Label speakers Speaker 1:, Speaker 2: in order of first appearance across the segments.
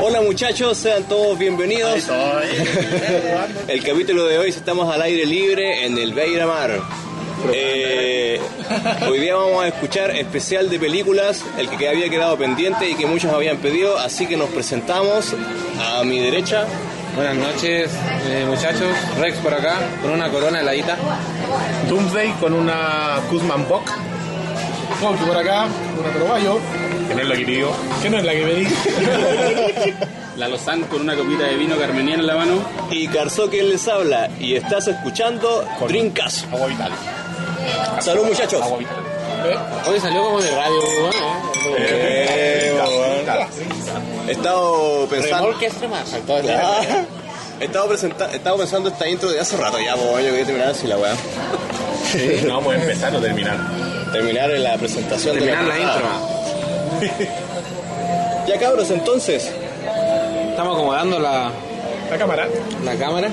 Speaker 1: Hola muchachos, sean todos bienvenidos. el capítulo de hoy estamos al aire libre en el Beira Mar. Eh, hoy día vamos a escuchar especial de películas, el que había quedado pendiente y que muchos habían pedido, así que nos presentamos a mi derecha.
Speaker 2: Buenas noches, eh, muchachos. Rex por acá, con una corona heladita.
Speaker 3: Doomsday con una Kuzman Bock.
Speaker 4: Fonky por acá, una Torobayo,
Speaker 3: Que no es la que digo.
Speaker 4: que no es la que pedí.
Speaker 5: La Lozán con una copita de vino carmeniana en la mano.
Speaker 1: Y Carzo que les habla y estás escuchando Drinkas.
Speaker 3: Agua vital.
Speaker 1: Salud muchachos.
Speaker 3: Agua vital.
Speaker 2: Hoy salió como de radio, weón, ¿eh?
Speaker 1: Eh, He estado pensando...
Speaker 2: Remolque extrema. Saltó de la-
Speaker 1: Ah, He estado, presenta- he estado pensando esta intro de hace rato ya, po, yo quería terminar así la weá.
Speaker 3: No vamos a empezar o terminar.
Speaker 1: Terminar en la presentación
Speaker 2: Terminar
Speaker 1: de
Speaker 2: la intro.
Speaker 1: intro. Ya cabros, entonces,
Speaker 2: Estamos acomodando la,
Speaker 3: La cámara.
Speaker 2: la cámara.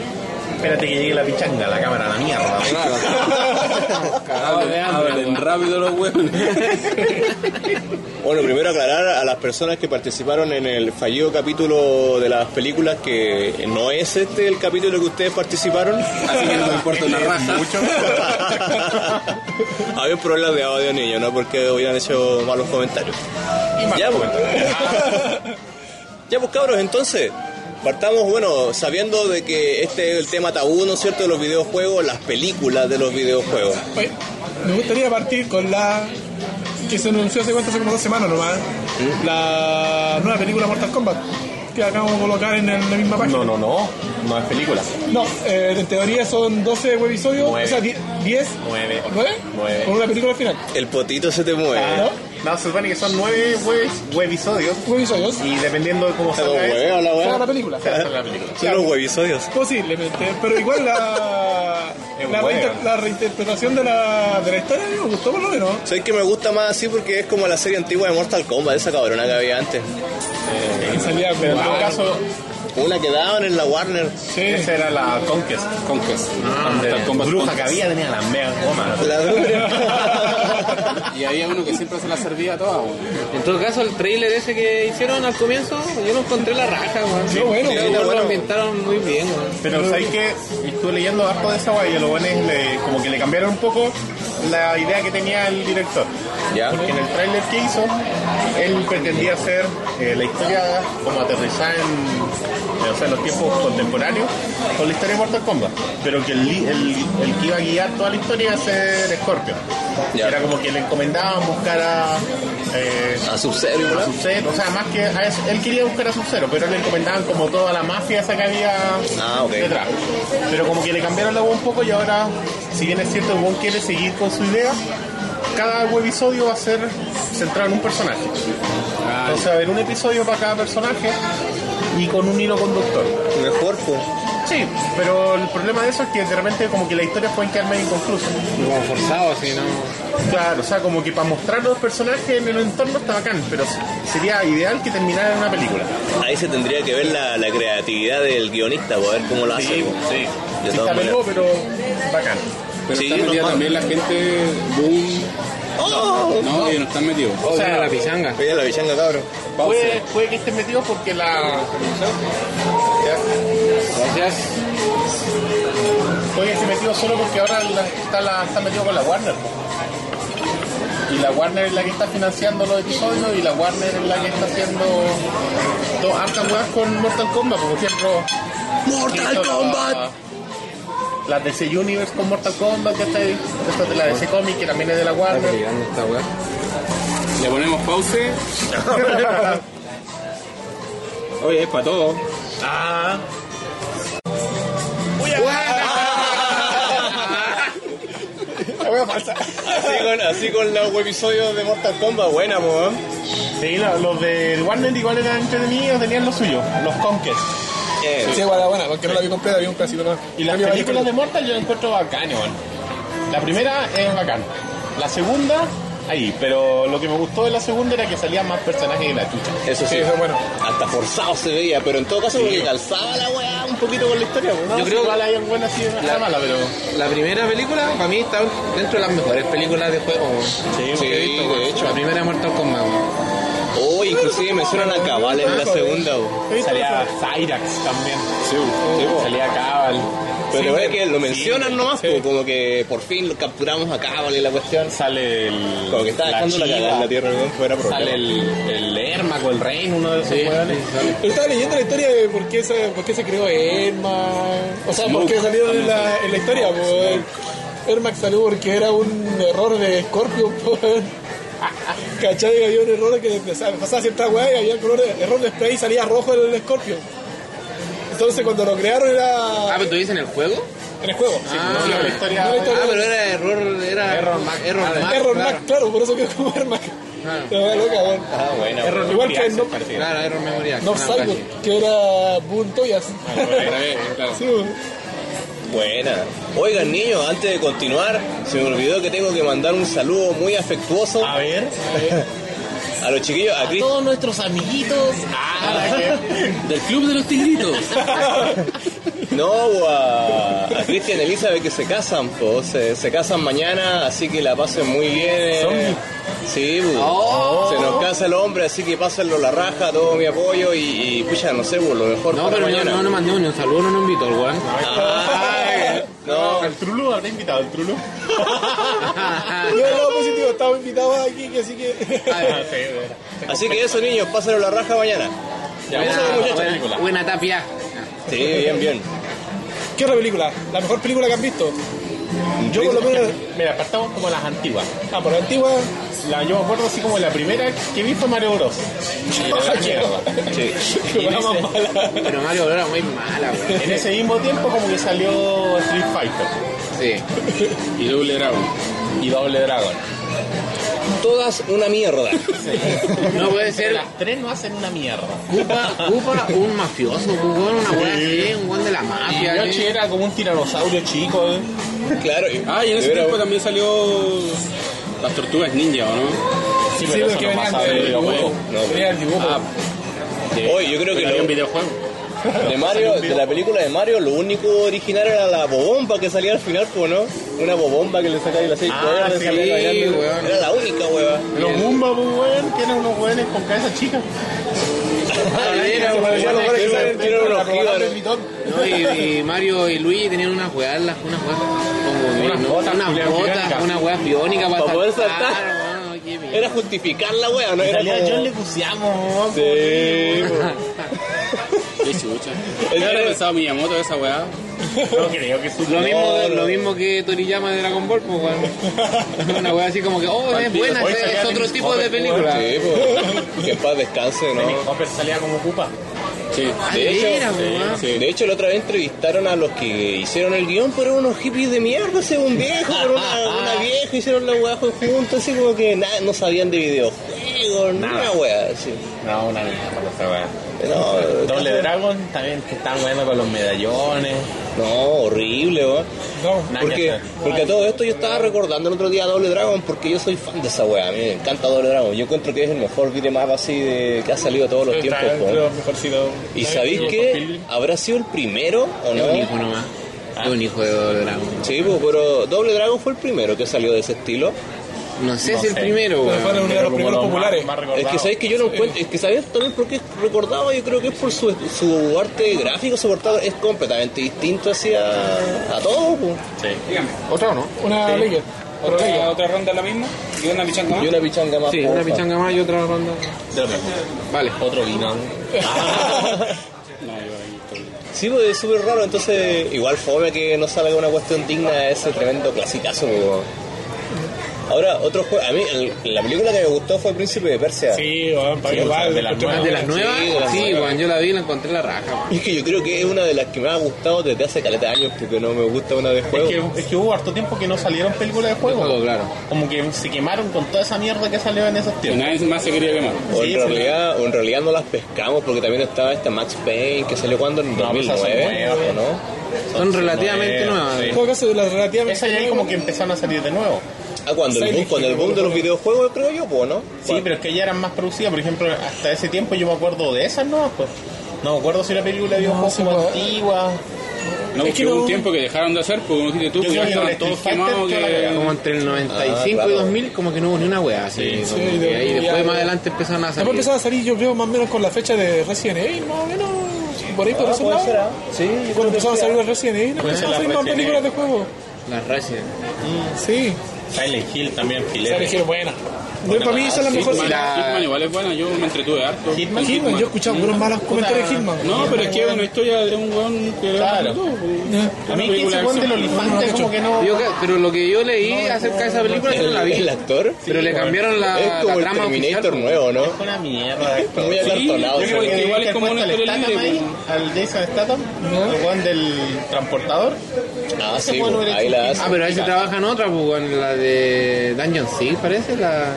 Speaker 3: Espérate que llegue la pichanga, la cámara, la mierda.
Speaker 2: Claro. Cagados de hambre,
Speaker 5: Hablen
Speaker 2: weón.
Speaker 5: rápido los huevones.
Speaker 1: bueno, primero aclarar a las personas que participaron en el fallido capítulo de las películas que no es este el capítulo que ustedes participaron.
Speaker 5: Así que no me importa una raja.
Speaker 1: Había problemas de audio niño, ¿no? Porque hubieran hecho malos comentarios. ya, pues. ya, pues cabros, entonces, partamos, bueno, sabiendo de que este es el tema tabú, ¿no es cierto?, de los videojuegos, las películas de los videojuegos.
Speaker 4: Oye, me gustaría partir con la que se anunció hace cuánto, hace como dos semanas nomás. La nueva película Mortal Kombat. Que acabamos de colocar en, el- la misma página.
Speaker 3: No, no, no. No es película.
Speaker 4: No, eh, en teoría son 12 episodios,
Speaker 3: Nueve.
Speaker 4: o sea, 10, 10
Speaker 3: Nueve.
Speaker 4: 9,
Speaker 3: Nueve.
Speaker 4: con una película al final.
Speaker 1: El potito se te mueve.
Speaker 4: Claro.
Speaker 3: No, se supone que son nueve web- episodios.
Speaker 4: Episodios,
Speaker 3: Y dependiendo de cómo
Speaker 1: Se los
Speaker 3: salga eso,
Speaker 1: huevea la
Speaker 4: se haga
Speaker 1: weá.
Speaker 4: la película.
Speaker 3: se hace la película.
Speaker 1: Son los huevisodios.
Speaker 4: Posiblemente, pero igual la,
Speaker 3: Es
Speaker 4: la,
Speaker 3: buena.
Speaker 4: reinter- la reinterpretación de la, de la historia a mí me gustó por lo menos.
Speaker 1: Sé que me gusta más así porque es como la serie antigua de Mortal Kombat, esa cabrona que había antes.
Speaker 4: Y salía
Speaker 3: Pero en todo
Speaker 4: guau.
Speaker 3: caso,
Speaker 1: Una que daban en la Warner.
Speaker 4: Sí.
Speaker 3: esa era la Conquest.
Speaker 5: Conquest.
Speaker 3: Donde
Speaker 5: Mortal
Speaker 3: la
Speaker 5: Kombat
Speaker 3: bruja que
Speaker 5: Conquest.
Speaker 3: había tenía la mega goma.
Speaker 1: La
Speaker 5: Y había uno que siempre se la servía a todas. weón.
Speaker 2: En todo caso, el trailer ese que hicieron al comienzo, yo lo encontré la raja, weón.
Speaker 4: Sí, bueno,
Speaker 2: Sí,
Speaker 4: sí,
Speaker 2: lo
Speaker 1: bueno.
Speaker 2: ambientaron muy bien, weón.
Speaker 3: Pero sabes que estuve leyendo harto de esa guay y a los buenos le- como que le cambiaron un poco la idea que tenía el director.
Speaker 1: ya.
Speaker 3: Porque en el tráiler que hizo, él pretendía hacer eh, la historia como aterrizada en, eh, o sea, en los tiempos contemporáneos con la historia de Mortal Kombat. Pero que el, li- el, el que iba a guiar toda la historia iba a ser Scorpion.
Speaker 1: Ya.
Speaker 3: Era como que le encomendaban buscar a... eh,
Speaker 1: A Sub-Zero,
Speaker 3: a
Speaker 1: ¿verdad?
Speaker 3: Sub-Zero, o sea, más que a eso- él quería buscar a Sub-Zero, pero le encomendaban como toda la mafia esa que había
Speaker 1: Ah, ok.
Speaker 3: detrás. Pero como que le cambiaron la voz un poco y ahora, si bien es cierto, Bon quiere seguir con su idea, cada episodio va a ser centrado en un personaje. Entonces va a haber un episodio para cada personaje y con un hilo conductor.
Speaker 1: Mejor, pues.
Speaker 3: Sí, pero el problema de eso es que de repente como que las historias pueden quedar medio inconclusas.
Speaker 2: Como forzado, así, ¿no?
Speaker 3: Claro, o sea, como que para mostrar los personajes en el entorno está bacán, pero sería ideal que terminara en una película.
Speaker 1: Ahí se tendría que ver la, la creatividad del guionista, po, a ver cómo lo hace. po.
Speaker 3: sí.
Speaker 1: De todas
Speaker 3: Sí, está
Speaker 1: maneras.
Speaker 3: peludo, pero bacán.
Speaker 5: Pero
Speaker 1: Sí,
Speaker 5: está metida
Speaker 1: normal.
Speaker 5: también la gente boom. No, ellos no están metidos.
Speaker 2: O
Speaker 3: sea,
Speaker 2: sea, la pichanga.
Speaker 1: Mira la bichanga, cabrón.
Speaker 3: Puede, puede que esté metido porque la.
Speaker 2: Gracias.
Speaker 3: Puede que esté metido solo porque ahora la- está, la, está metido con la Warner. po. Y la Warner es la que está financiando los episodios y la Warner es la que está haciendo dos hartas weas con Mortal Kombat, por ejemplo.
Speaker 1: ¡Mortal
Speaker 3: hizo la-
Speaker 1: Kombat!
Speaker 3: las DC Universe con Mortal Kombat, que está ahí, esta de la DC Comic, que también es de la Warner.
Speaker 2: esta weá.
Speaker 5: Le ponemos pause.
Speaker 2: Oye, es para todo.
Speaker 3: ah,
Speaker 1: Así con, así con los webisodios de Mortal Kombat, buena, po. ¿eh?
Speaker 3: sí, lo- los de Warner igual eran entretenidos, tenían lo suyo, los Conquest.
Speaker 1: Eh,
Speaker 4: Sí, buena, buena, porque no la vi completa, vi un pedacito nomás.
Speaker 3: Y las
Speaker 4: Cambio,
Speaker 3: películas
Speaker 4: varias
Speaker 3: de Mortal yo las encuentro bacán, weón. La primera es bacán. La segunda, ahí. Pero lo que me gustó de la segunda era que salían más personajes de la chucha.
Speaker 1: Eso sí,
Speaker 4: Sí, eso bueno.
Speaker 1: hasta forzado se veía, pero en todo caso porque calzaba la weá un poquito con la historia, po.
Speaker 3: No,
Speaker 2: Yo
Speaker 3: sí,
Speaker 2: creo
Speaker 3: igual hay algunas así de la mala, pero...
Speaker 2: La primera película, para mí, está dentro de las mejores películas de juego. weón.
Speaker 1: sí, pues.
Speaker 2: que he visto, weón.
Speaker 1: de hecho.
Speaker 2: La primera es Mortal Kombat. weón.
Speaker 1: Oh, inclusive mencionan a Cabal en la segunda, pues. po.
Speaker 3: Salía Cyrax también. Sí, Salía Cabal.
Speaker 1: Pero
Speaker 3: Sí,
Speaker 1: es que lo
Speaker 3: sí.
Speaker 1: mencionan nomás, po, como que por fin lo capturamos a Cabal y la cuestión.
Speaker 3: Sale el...
Speaker 1: Como que está dejando la
Speaker 3: Chiva,
Speaker 1: cagada en la tierra, ¿no? Fuera problema.
Speaker 3: Sale el, el Ermac o el Rein, uno de esos weones.
Speaker 4: Yo estaba leyendo la historia de por qué se, por qué se creó Ermac. O sea, por qué salió en la, en la historia. po. Ermac salió porque era un error de Scorpio. po. ¿Cachai? Había un error que pasaba pasaba cierta weá y había el color de, error de spray y salía rojo el Scorpio. Entonces cuando lo crearon
Speaker 2: Ah,
Speaker 4: era
Speaker 2: pero tú dices en el juego.
Speaker 4: en el juego.
Speaker 2: Ah,
Speaker 3: No, la
Speaker 4: No,
Speaker 3: historia...
Speaker 4: la historia-
Speaker 2: Ah, pero era error, era
Speaker 3: Error Mac.
Speaker 2: error Mac,
Speaker 4: error
Speaker 2: claro.
Speaker 4: Mac, claro, por eso quedó como Ermac. La weá loca, weón.
Speaker 1: Ah, buena, po.
Speaker 3: Error
Speaker 4: Igual que
Speaker 3: Mac,
Speaker 4: en No-
Speaker 3: parece.
Speaker 2: Claro, error memorial.
Speaker 4: North
Speaker 2: Ah,
Speaker 4: Cyborg,
Speaker 2: casi.
Speaker 4: que era Boon Toyas.
Speaker 3: Ah,
Speaker 2: Claro.
Speaker 4: Sí, weón.
Speaker 1: Buena. Oigan, niños, antes de continuar, se me olvidó que tengo que mandar un saludo muy afectuoso
Speaker 3: A ver...
Speaker 1: a los chiquillos, a Cris-
Speaker 3: todos nuestros amiguitos. Ah,
Speaker 5: Del Club de los Tigritos.
Speaker 1: No, o a, a Cristian y Elizabeth que se casan, po. Se, se casan mañana, así que la pasen muy bien. eh. Sí, bu.
Speaker 5: Oh.
Speaker 1: se nos casa el hombre, así que pásenlo la raja, todo mi apoyo y, y, pucha, no sé, bu, lo mejor
Speaker 5: No,
Speaker 1: para
Speaker 5: pero yo
Speaker 1: mañana.
Speaker 5: no, no mandé un saludo, no nos invitó el weón.
Speaker 1: Ay, no.
Speaker 3: el Trulu, habrá invitado el Trulu.
Speaker 4: Yo hablaba positivo, estaba invitado aquí, que así que.
Speaker 3: Ah,
Speaker 1: Así que eso, niños, pásenlo la raja mañana.
Speaker 5: Buena, buena, buena tapia.
Speaker 1: Sí, bien, bien.
Speaker 4: ¿Qué otra película? La mejor película que han visto. Yo por lo menos.
Speaker 3: Mira, partamos como las antiguas.
Speaker 4: Ah, por la antigua.
Speaker 3: La, yo me acuerdo así como la primera que he visto Mario Bros. Era la mierda.
Speaker 1: Sí.
Speaker 3: Y en, ese,
Speaker 5: Pero Mario Bros era muy mala, weón.
Speaker 3: en ese mismo tiempo como que salió Street Fighter
Speaker 5: Sí. Y Double Dragon.
Speaker 3: y Doble Dragon.
Speaker 1: Todas una mierda.
Speaker 5: No puede ser.
Speaker 3: Las tres no hacen una mierda.
Speaker 5: Cupa, Cupa, un mafioso, un weón, una buena así, un weón de la
Speaker 3: Y
Speaker 5: mafia.
Speaker 3: Yoshi
Speaker 5: ¿eh?
Speaker 3: era como un tiranosaurio chico. eh.
Speaker 1: Claro.
Speaker 5: Ah, y en ese
Speaker 1: Era-
Speaker 5: tiempo también salió las tortugas ninja, ¿o no?
Speaker 3: Sí, pero eso
Speaker 4: porque
Speaker 3: no
Speaker 4: venían
Speaker 3: pasa en
Speaker 4: del
Speaker 3: el videojuego.
Speaker 4: dibujo.
Speaker 1: No,
Speaker 4: Tenía el dibujo.
Speaker 3: Ah,
Speaker 1: Oye, yo creo que
Speaker 3: Pero había
Speaker 1: lo-
Speaker 3: un videojuego.
Speaker 1: De Mario, de la película de Mario, lo único original era la bobomba que salía al final, po, ¿no? Una bobomba que le sacaba y la seis
Speaker 3: Ah,
Speaker 1: cuadras le
Speaker 3: sí,
Speaker 1: salía bailando.
Speaker 5: weón.
Speaker 1: Era la única, hueva.
Speaker 3: Los Mumba, pues, weón, que eran unos weones con cabeza chica.
Speaker 1: Era
Speaker 4: Como decía, lo mejor es que salen
Speaker 1: era
Speaker 4: dentro de
Speaker 1: unos
Speaker 4: la propaganda
Speaker 1: jíbaros.
Speaker 4: del mitón.
Speaker 5: No, y, y Mario y Luigi tenían unas weas, las- unas weas como
Speaker 3: Unas
Speaker 5: ¿no?
Speaker 3: botas,
Speaker 5: unas
Speaker 3: culiadas, biónicas.
Speaker 5: botas, unas weas biónicas para
Speaker 1: Para poder
Speaker 5: weón, ay, qué mierda.
Speaker 1: Era justificar la wea, ¿no?
Speaker 3: En
Speaker 1: Era
Speaker 3: realidad
Speaker 1: como...
Speaker 3: John le pusiamos,
Speaker 1: Sí, po.
Speaker 5: Qué chucha. ¿Qué
Speaker 1: El
Speaker 5: habrá
Speaker 1: Mario-
Speaker 5: pensado Miyamoto de esa wea?
Speaker 3: No creo que su
Speaker 5: Lo mismo,
Speaker 1: no.
Speaker 5: lo mismo que Toriyama de Dragon Ball, pues, weón. Una wea así como que, oh, es buena,
Speaker 3: Hoy
Speaker 5: es,
Speaker 3: salía
Speaker 5: es otro
Speaker 3: Dennis
Speaker 5: tipo de
Speaker 3: Hopper,
Speaker 5: película.
Speaker 1: Sí, po. Que en paz descanse, ¿no?
Speaker 3: Hopper salía como Cupa.
Speaker 5: Sí.
Speaker 1: De hecho,
Speaker 5: Ah, weón.
Speaker 1: sí, de hecho, la otra vez entrevistaron a los que hicieron el guión, pero eran unos hippies de mierda, según viejo, por una, una vieja, hicieron la weá juntos, así como que nada, no sabían de videojuegos, ni una weá, así.
Speaker 3: No, una mierda esa weá.
Speaker 1: No,
Speaker 3: Doble Dragon también que están jugando con los medallones.
Speaker 1: no, horrible, weón.
Speaker 4: No.
Speaker 1: Porque, porque a todo esto yo estaba recordando el otro día a Doble Dragon, porque yo soy fan de esa weá, a mí me encanta Doble Dragon. Yo encuentro que es el mejor beatmap así de, que ha salido todos los tiempos, po.
Speaker 3: mejorcito.
Speaker 1: ¿Y sabéis qué? ¿Habrá sido el primero o
Speaker 5: Es un
Speaker 1: no?
Speaker 5: hijo nomás.
Speaker 3: Ah.
Speaker 5: Es un hijo de Double Dragon.
Speaker 1: Sí, po, pero Doble Dragon fue el primero que salió de ese estilo.
Speaker 5: No sé si el
Speaker 3: sé.
Speaker 5: primero,
Speaker 4: Pero
Speaker 5: weón.
Speaker 4: Fueron uno de los primeros populares.
Speaker 1: Es que sabéis que yo no encuentro, es que sabéis también por qué es recordado, yo creo que es por su, su arte gráfico, su portada es completamente distinto hacia a todo. pues, po.
Speaker 6: Dígame,
Speaker 5: ¿Otro no?
Speaker 4: Una Liga. Pero
Speaker 6: ¿otra,
Speaker 4: Liga.
Speaker 6: otra ronda es la misma? ¿Y una pichanga más?
Speaker 1: Y una pichanga más.
Speaker 5: Sí,
Speaker 1: porfa.
Speaker 5: una pichanga más y otra ronda. Vale.
Speaker 3: Otro vino.
Speaker 1: Sí, pues es súper raro, entonces igual fome que no salga una cuestión digna de ese tremendo clasicazo. Como... Ahora, otro juego, a mí el- la película que me gustó fue Príncipe de Persia.
Speaker 4: Sí, weón, para
Speaker 1: Sí, o
Speaker 4: que
Speaker 1: sea,
Speaker 4: vale,
Speaker 1: de las
Speaker 4: escuchemos.
Speaker 1: nuevas.
Speaker 5: ¿De las nuevas?
Speaker 1: Sí, de las
Speaker 5: Sí,
Speaker 1: nuevas.
Speaker 5: weón, yo la vi y la encontré la raja, weón.
Speaker 1: Y es que yo creo que es una de las que me ha gustado desde hace caleta de años, porque no me gusta una de juego.
Speaker 3: Es que, es que hubo harto tiempo que no salieron películas de juego.
Speaker 5: Juego, Oh, claro.
Speaker 3: Como que se quemaron con toda esa mierda que salió en esos
Speaker 6: Que
Speaker 3: tiempos.
Speaker 6: nadie más se quería quemar.
Speaker 1: O
Speaker 3: Sí,
Speaker 1: en,
Speaker 3: sí.
Speaker 1: realidad, o en realidad no las pescamos porque también estaba esta Max Payne que salió cuando en
Speaker 3: pues esas son
Speaker 1: 2009,
Speaker 3: nuevas,
Speaker 1: ¿o ¿no?
Speaker 5: Son relativamente nuevas.
Speaker 4: En todo caso, de las relativamente.
Speaker 3: Esa ya ahí como que empezaron a salir de nuevo.
Speaker 1: Ah, cuando el
Speaker 4: Silent
Speaker 1: boom, con el
Speaker 4: Hill,
Speaker 1: boom de los
Speaker 4: ¿no?
Speaker 1: videojuegos creo yo, pues, ¿no?
Speaker 3: Sí, pero es que ya eran más producidas. Por ejemplo, hasta ese tiempo yo me acuerdo de esas nuevas, pues. No me acuerdo si era película de videojuegos
Speaker 4: sí,
Speaker 3: como
Speaker 4: pues.
Speaker 3: antigua.
Speaker 6: No,
Speaker 4: Es
Speaker 6: porque
Speaker 4: que
Speaker 6: hubo
Speaker 4: no-
Speaker 6: un tiempo que dejaron de hacer, porque como dijiste tú,
Speaker 3: Yo
Speaker 6: pues ya
Speaker 3: creo que con
Speaker 6: estaban
Speaker 3: Street
Speaker 6: todos
Speaker 3: Fighter
Speaker 6: quemados
Speaker 3: toda la
Speaker 6: que...
Speaker 3: cagada.
Speaker 5: Como entre el 95
Speaker 1: Ah, claro.
Speaker 5: y 2000 como que no hubo ni una wea así.
Speaker 4: Sí,
Speaker 5: como
Speaker 4: sí,
Speaker 5: que ahí
Speaker 4: ya,
Speaker 5: después
Speaker 4: ya.
Speaker 5: más adelante empezaron a
Speaker 4: Después
Speaker 5: salir.
Speaker 4: empezaba a salir, yo creo, más o menos con la fecha de Resident Evil, más o menos. Por ahí, por eso
Speaker 1: puede ser, ¿ah?
Speaker 4: Sí, cuando empezaron a salir las Resident Evil,
Speaker 3: ¿ah? Puede ser
Speaker 4: empezaron a
Speaker 3: las
Speaker 4: salir más
Speaker 3: Resident
Speaker 4: películas de juego.
Speaker 5: Las racias.
Speaker 4: Sí,
Speaker 3: Silent Hill también,
Speaker 4: se
Speaker 3: filete.
Speaker 4: eligieron buena. No, para mí esa es la mejor.
Speaker 6: Hitman,
Speaker 5: la-
Speaker 6: Hitman igual es buena, yo me entretuve harto.
Speaker 4: Hitman, yo he escuchado puros malos comentarios de Hitman.
Speaker 6: No, pero es que es una historia de un weón que le
Speaker 3: Claro.
Speaker 6: mató, pues.
Speaker 4: Eh.
Speaker 3: A mí que
Speaker 6: película
Speaker 3: se
Speaker 6: de
Speaker 3: ponen del
Speaker 6: acción.
Speaker 3: olifante como que no...
Speaker 5: Yo que- pero lo que yo leí acerca de esa película es que no
Speaker 1: El,
Speaker 5: la vi.
Speaker 1: el actor
Speaker 5: pero le cambiaron la,
Speaker 1: es como
Speaker 5: la
Speaker 1: el
Speaker 5: trama
Speaker 1: Terminator
Speaker 5: oficial.
Speaker 1: nuevo, ¿no?
Speaker 3: Es una mierda. esto.
Speaker 1: Muy
Speaker 6: Sí, yo
Speaker 1: acartonado.
Speaker 6: creo
Speaker 1: se ve.
Speaker 6: que igual es como
Speaker 3: Puesto
Speaker 6: una
Speaker 3: al
Speaker 6: historia
Speaker 3: Statham
Speaker 6: libre.
Speaker 3: ahí, Al Jason Statham, el weón del transportador.
Speaker 1: Ah,
Speaker 3: Ese
Speaker 1: sí,
Speaker 3: bueno
Speaker 1: pues,
Speaker 3: era
Speaker 1: ahí la
Speaker 3: Chucky.
Speaker 1: hace.
Speaker 5: Ah, pero ahí se trabaja en otra, pues, en la de Dungeon Six, parece. la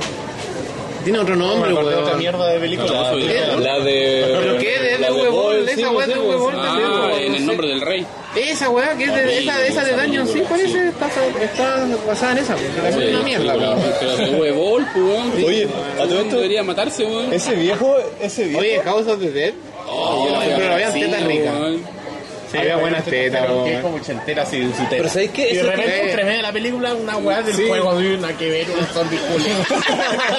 Speaker 5: Tiene otro
Speaker 3: Me
Speaker 5: nombre,
Speaker 3: acordé de otra
Speaker 5: weón.
Speaker 3: mierda de película.
Speaker 6: Ah, sí.
Speaker 1: La de.
Speaker 5: ¿Pero qué? ¿De
Speaker 1: la
Speaker 5: DW Ball?
Speaker 1: sí,
Speaker 5: Esa
Speaker 1: pues,
Speaker 5: weá
Speaker 1: sí,
Speaker 5: de
Speaker 1: pues.
Speaker 5: DW Ball.
Speaker 6: Ah, en el nombre del rey.
Speaker 5: Esa weá que es de, esa, esa de Dungeon Six, parece. Está, está basada en esa, pues. Es una mierda, weón.
Speaker 6: Pero de huevón, pues, weón.
Speaker 1: Oye, a todo esto-
Speaker 6: Debería matarse, weón.
Speaker 1: Ese viejo, ese viejo.
Speaker 5: Oye, House of the Dead.
Speaker 3: Oh,
Speaker 5: pero había tetas ricas. había buenas tetas,
Speaker 3: Pero que es
Speaker 5: weón.
Speaker 3: como ochentera así, su teta.
Speaker 1: pero ¿sabes qué?
Speaker 3: Y de
Speaker 1: Ese-
Speaker 3: repente,
Speaker 5: Eh.
Speaker 3: entre medio de la película, una weá del juego de una que ver, un zombie culiao.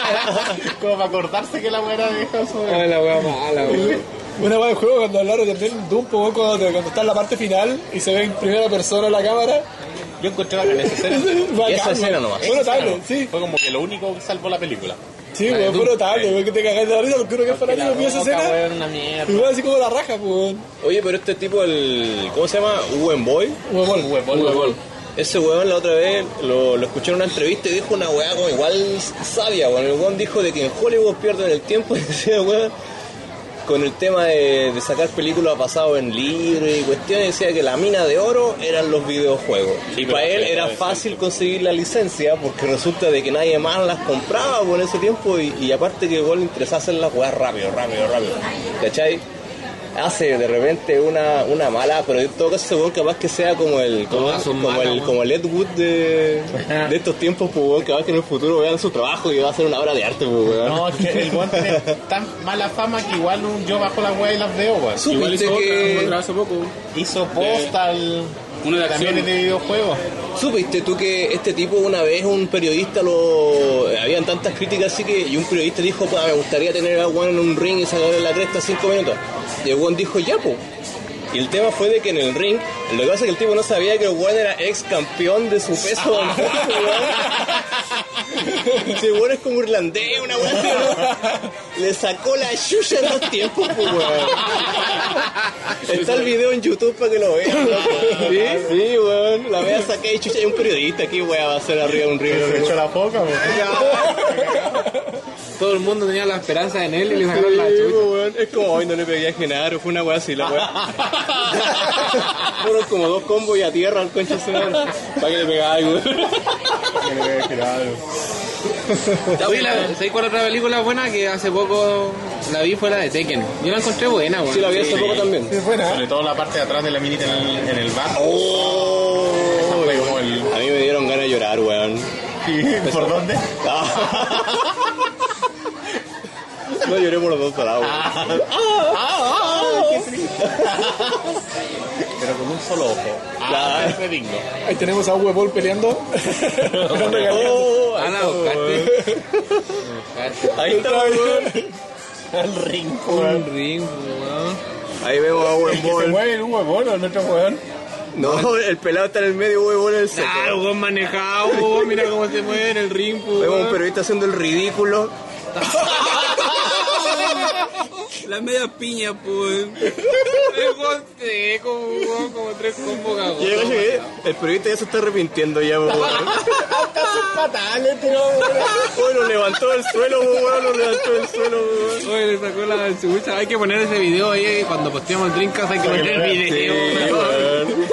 Speaker 3: Como para acordarse que la weá era de House of the-
Speaker 5: Ay, la weá mala, weón.
Speaker 4: Una vez del juego cuando hablaron también de un poco cuando, te- cuando está en la parte final y se ve en primera persona la cámara.
Speaker 3: Yo encontré bacán esa escena.
Speaker 4: Bacán,
Speaker 1: esa escena
Speaker 4: weón.
Speaker 1: nomás.
Speaker 4: Fue notable, sí.
Speaker 3: Fue como que lo único que salvó la película.
Speaker 4: Sí, weón, fue notable, weón, que te cagás de la risa porque uno que es fanático vio esa
Speaker 3: Loca,
Speaker 4: escena
Speaker 3: weón, una mierda.
Speaker 4: y weón así como la raja, pues, weón.
Speaker 1: Oye, pero este tipo, el. ¿Cómo se llama? Uwen Boy.
Speaker 4: Weón,
Speaker 3: Huevón, huevón.
Speaker 1: Ese weón la otra vez lo, lo escuché en una entrevista y dijo una weá como igual sabia, weón. El weón dijo de que en Hollywood pierden el tiempo y decía, weón, con el tema de, de sacar películas basadas en libros y cuestiones, decía que la mina de oro eran los videojuegos.
Speaker 6: Sí,
Speaker 1: y
Speaker 6: pero
Speaker 1: para él
Speaker 6: sí,
Speaker 1: era
Speaker 6: sí.
Speaker 1: fácil conseguir la licencia porque resulta de que nadie más las compraba por ese tiempo y, y aparte que igual le interesaba hacer las weas rápido, rápido, rápido. ¿Cachai? Hace de repente una, una mala, pero en todo caso ese weón capaz que sea como el como,
Speaker 5: Todas son
Speaker 1: como
Speaker 5: malas,
Speaker 1: el
Speaker 5: weón.
Speaker 1: como el Ed Wood de, de estos tiempos, pues weón, que va que en el futuro vean su trabajo y va a ser una obra de arte, pues weón.
Speaker 3: No, es que el weón tiene tan mala fama que igual un- yo bajo la weá y las veo, weón.
Speaker 1: Supiste
Speaker 6: Igual hizo
Speaker 1: que-
Speaker 6: otra, otra hace poco.
Speaker 3: Hizo postal.
Speaker 6: Una de
Speaker 3: También es
Speaker 6: acción.
Speaker 3: de videojuegos.
Speaker 1: ¿Supiste tú que este tipo una vez un periodista lo... Habían tantas críticas así que... Y un periodista dijo, pues me gustaría tener a Juan en un ring y sacarle la cresta cinco minutos. Y el Juan dijo, ya, pues. Y el tema fue de que en el ring, lo que pasa es que el tipo no sabía que el Juan era ex campeón de su peso. weón. Ese weón es como irlandés, una weón. Le sacó la chucha en los tiempos, pues, weón. Está el video en YouTube para que lo vean. loco. Sí, sí, weón. La vea saqué y chucha, hay un periodista aquí, weón, va a ser arriba de un río.
Speaker 3: Se echó la foca, weón.
Speaker 5: Todo el mundo tenía la esperanza en él y le sacaron la
Speaker 1: Sí,
Speaker 5: chucha.
Speaker 1: weón. Es como hoy no le pegué a Genaro, fue una weá así la weá. Fueron como dos combos y a tierra al concha se Para que le pegara algo.
Speaker 5: Oye, la- ¿sabes cuál otra película buena que hace poco la vi fue la de Tekken? Yo la encontré buena, weón.
Speaker 1: Sí, la vi hace poco también.
Speaker 4: es buena. ¿eh?
Speaker 3: Sobre todo la parte de atrás de la minita en el, en el bar.
Speaker 1: Oh,
Speaker 3: Fue como el-
Speaker 1: a mí me dieron ganas de llorar, weón.
Speaker 3: ¿Por dónde?
Speaker 1: No lloré por los dos parados.
Speaker 3: Ah. Pero con un solo ojo.
Speaker 1: Claro.
Speaker 3: Ah, es digno.
Speaker 4: Ahí tenemos a Huevol peleando.
Speaker 1: Oh,
Speaker 5: Ah, la buscaste. Buscaste.
Speaker 1: ahí está, weón.
Speaker 3: El ring,
Speaker 5: Un
Speaker 3: weón.
Speaker 5: ring, weón.
Speaker 1: Ahí vemos a buen
Speaker 3: Se
Speaker 1: bol.
Speaker 3: mueve un huevón o el otro weón.
Speaker 1: No, el pelado está en el medio, weón, en el seco.
Speaker 5: Ah, weón manejado, weón. Mira cómo se mueve en el ring,
Speaker 1: Vemos a un
Speaker 5: weón.
Speaker 1: periodista haciendo el ridículo.
Speaker 5: pues. Las medias piñas, weón. El weón se ve como, weón, como tres combos,
Speaker 1: Yo
Speaker 5: cagón.
Speaker 1: creo que el periodista ya se está arrepintiendo ya, po, weón.
Speaker 4: Hasta sus patales, pero weón.
Speaker 1: Uy, lo levantó del suelo, po, weón, lo levantó del suelo, po, weón.
Speaker 5: Oye, le sacó la chucha. Hay que poner ese video ahí eh, cuando posteamos el Dreamcast. Hay que poner el video.
Speaker 1: Sí,
Speaker 5: weón.
Speaker 1: weón.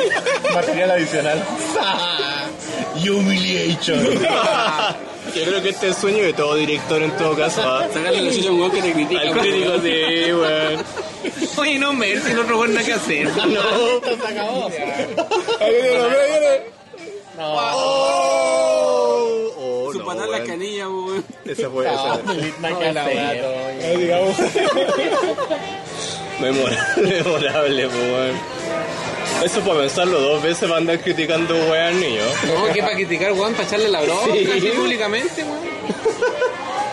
Speaker 3: Material adicional. Y humiliation.
Speaker 1: Yo creo que este es el sueño de todo director en todo caso, ¿ah?
Speaker 6: Sacarle la silla a un weón que te critica.
Speaker 1: Al crítico, sí, weón.
Speaker 5: Oye, no, Mer, si el otro weón nada que hacer.
Speaker 1: No.
Speaker 4: Se acabó.
Speaker 1: Oh, oh,
Speaker 6: Su
Speaker 1: no,
Speaker 6: patada en la
Speaker 1: weón.
Speaker 6: canilla, weón.
Speaker 1: Esa fue esa.
Speaker 4: Ahí, digamos.
Speaker 1: Memorable, memorable, po, weón. Eso para pensarlo dos veces para andar criticando weón al niño.
Speaker 5: No, que para criticar, weón, para echarle la bronca así públicamente, weón.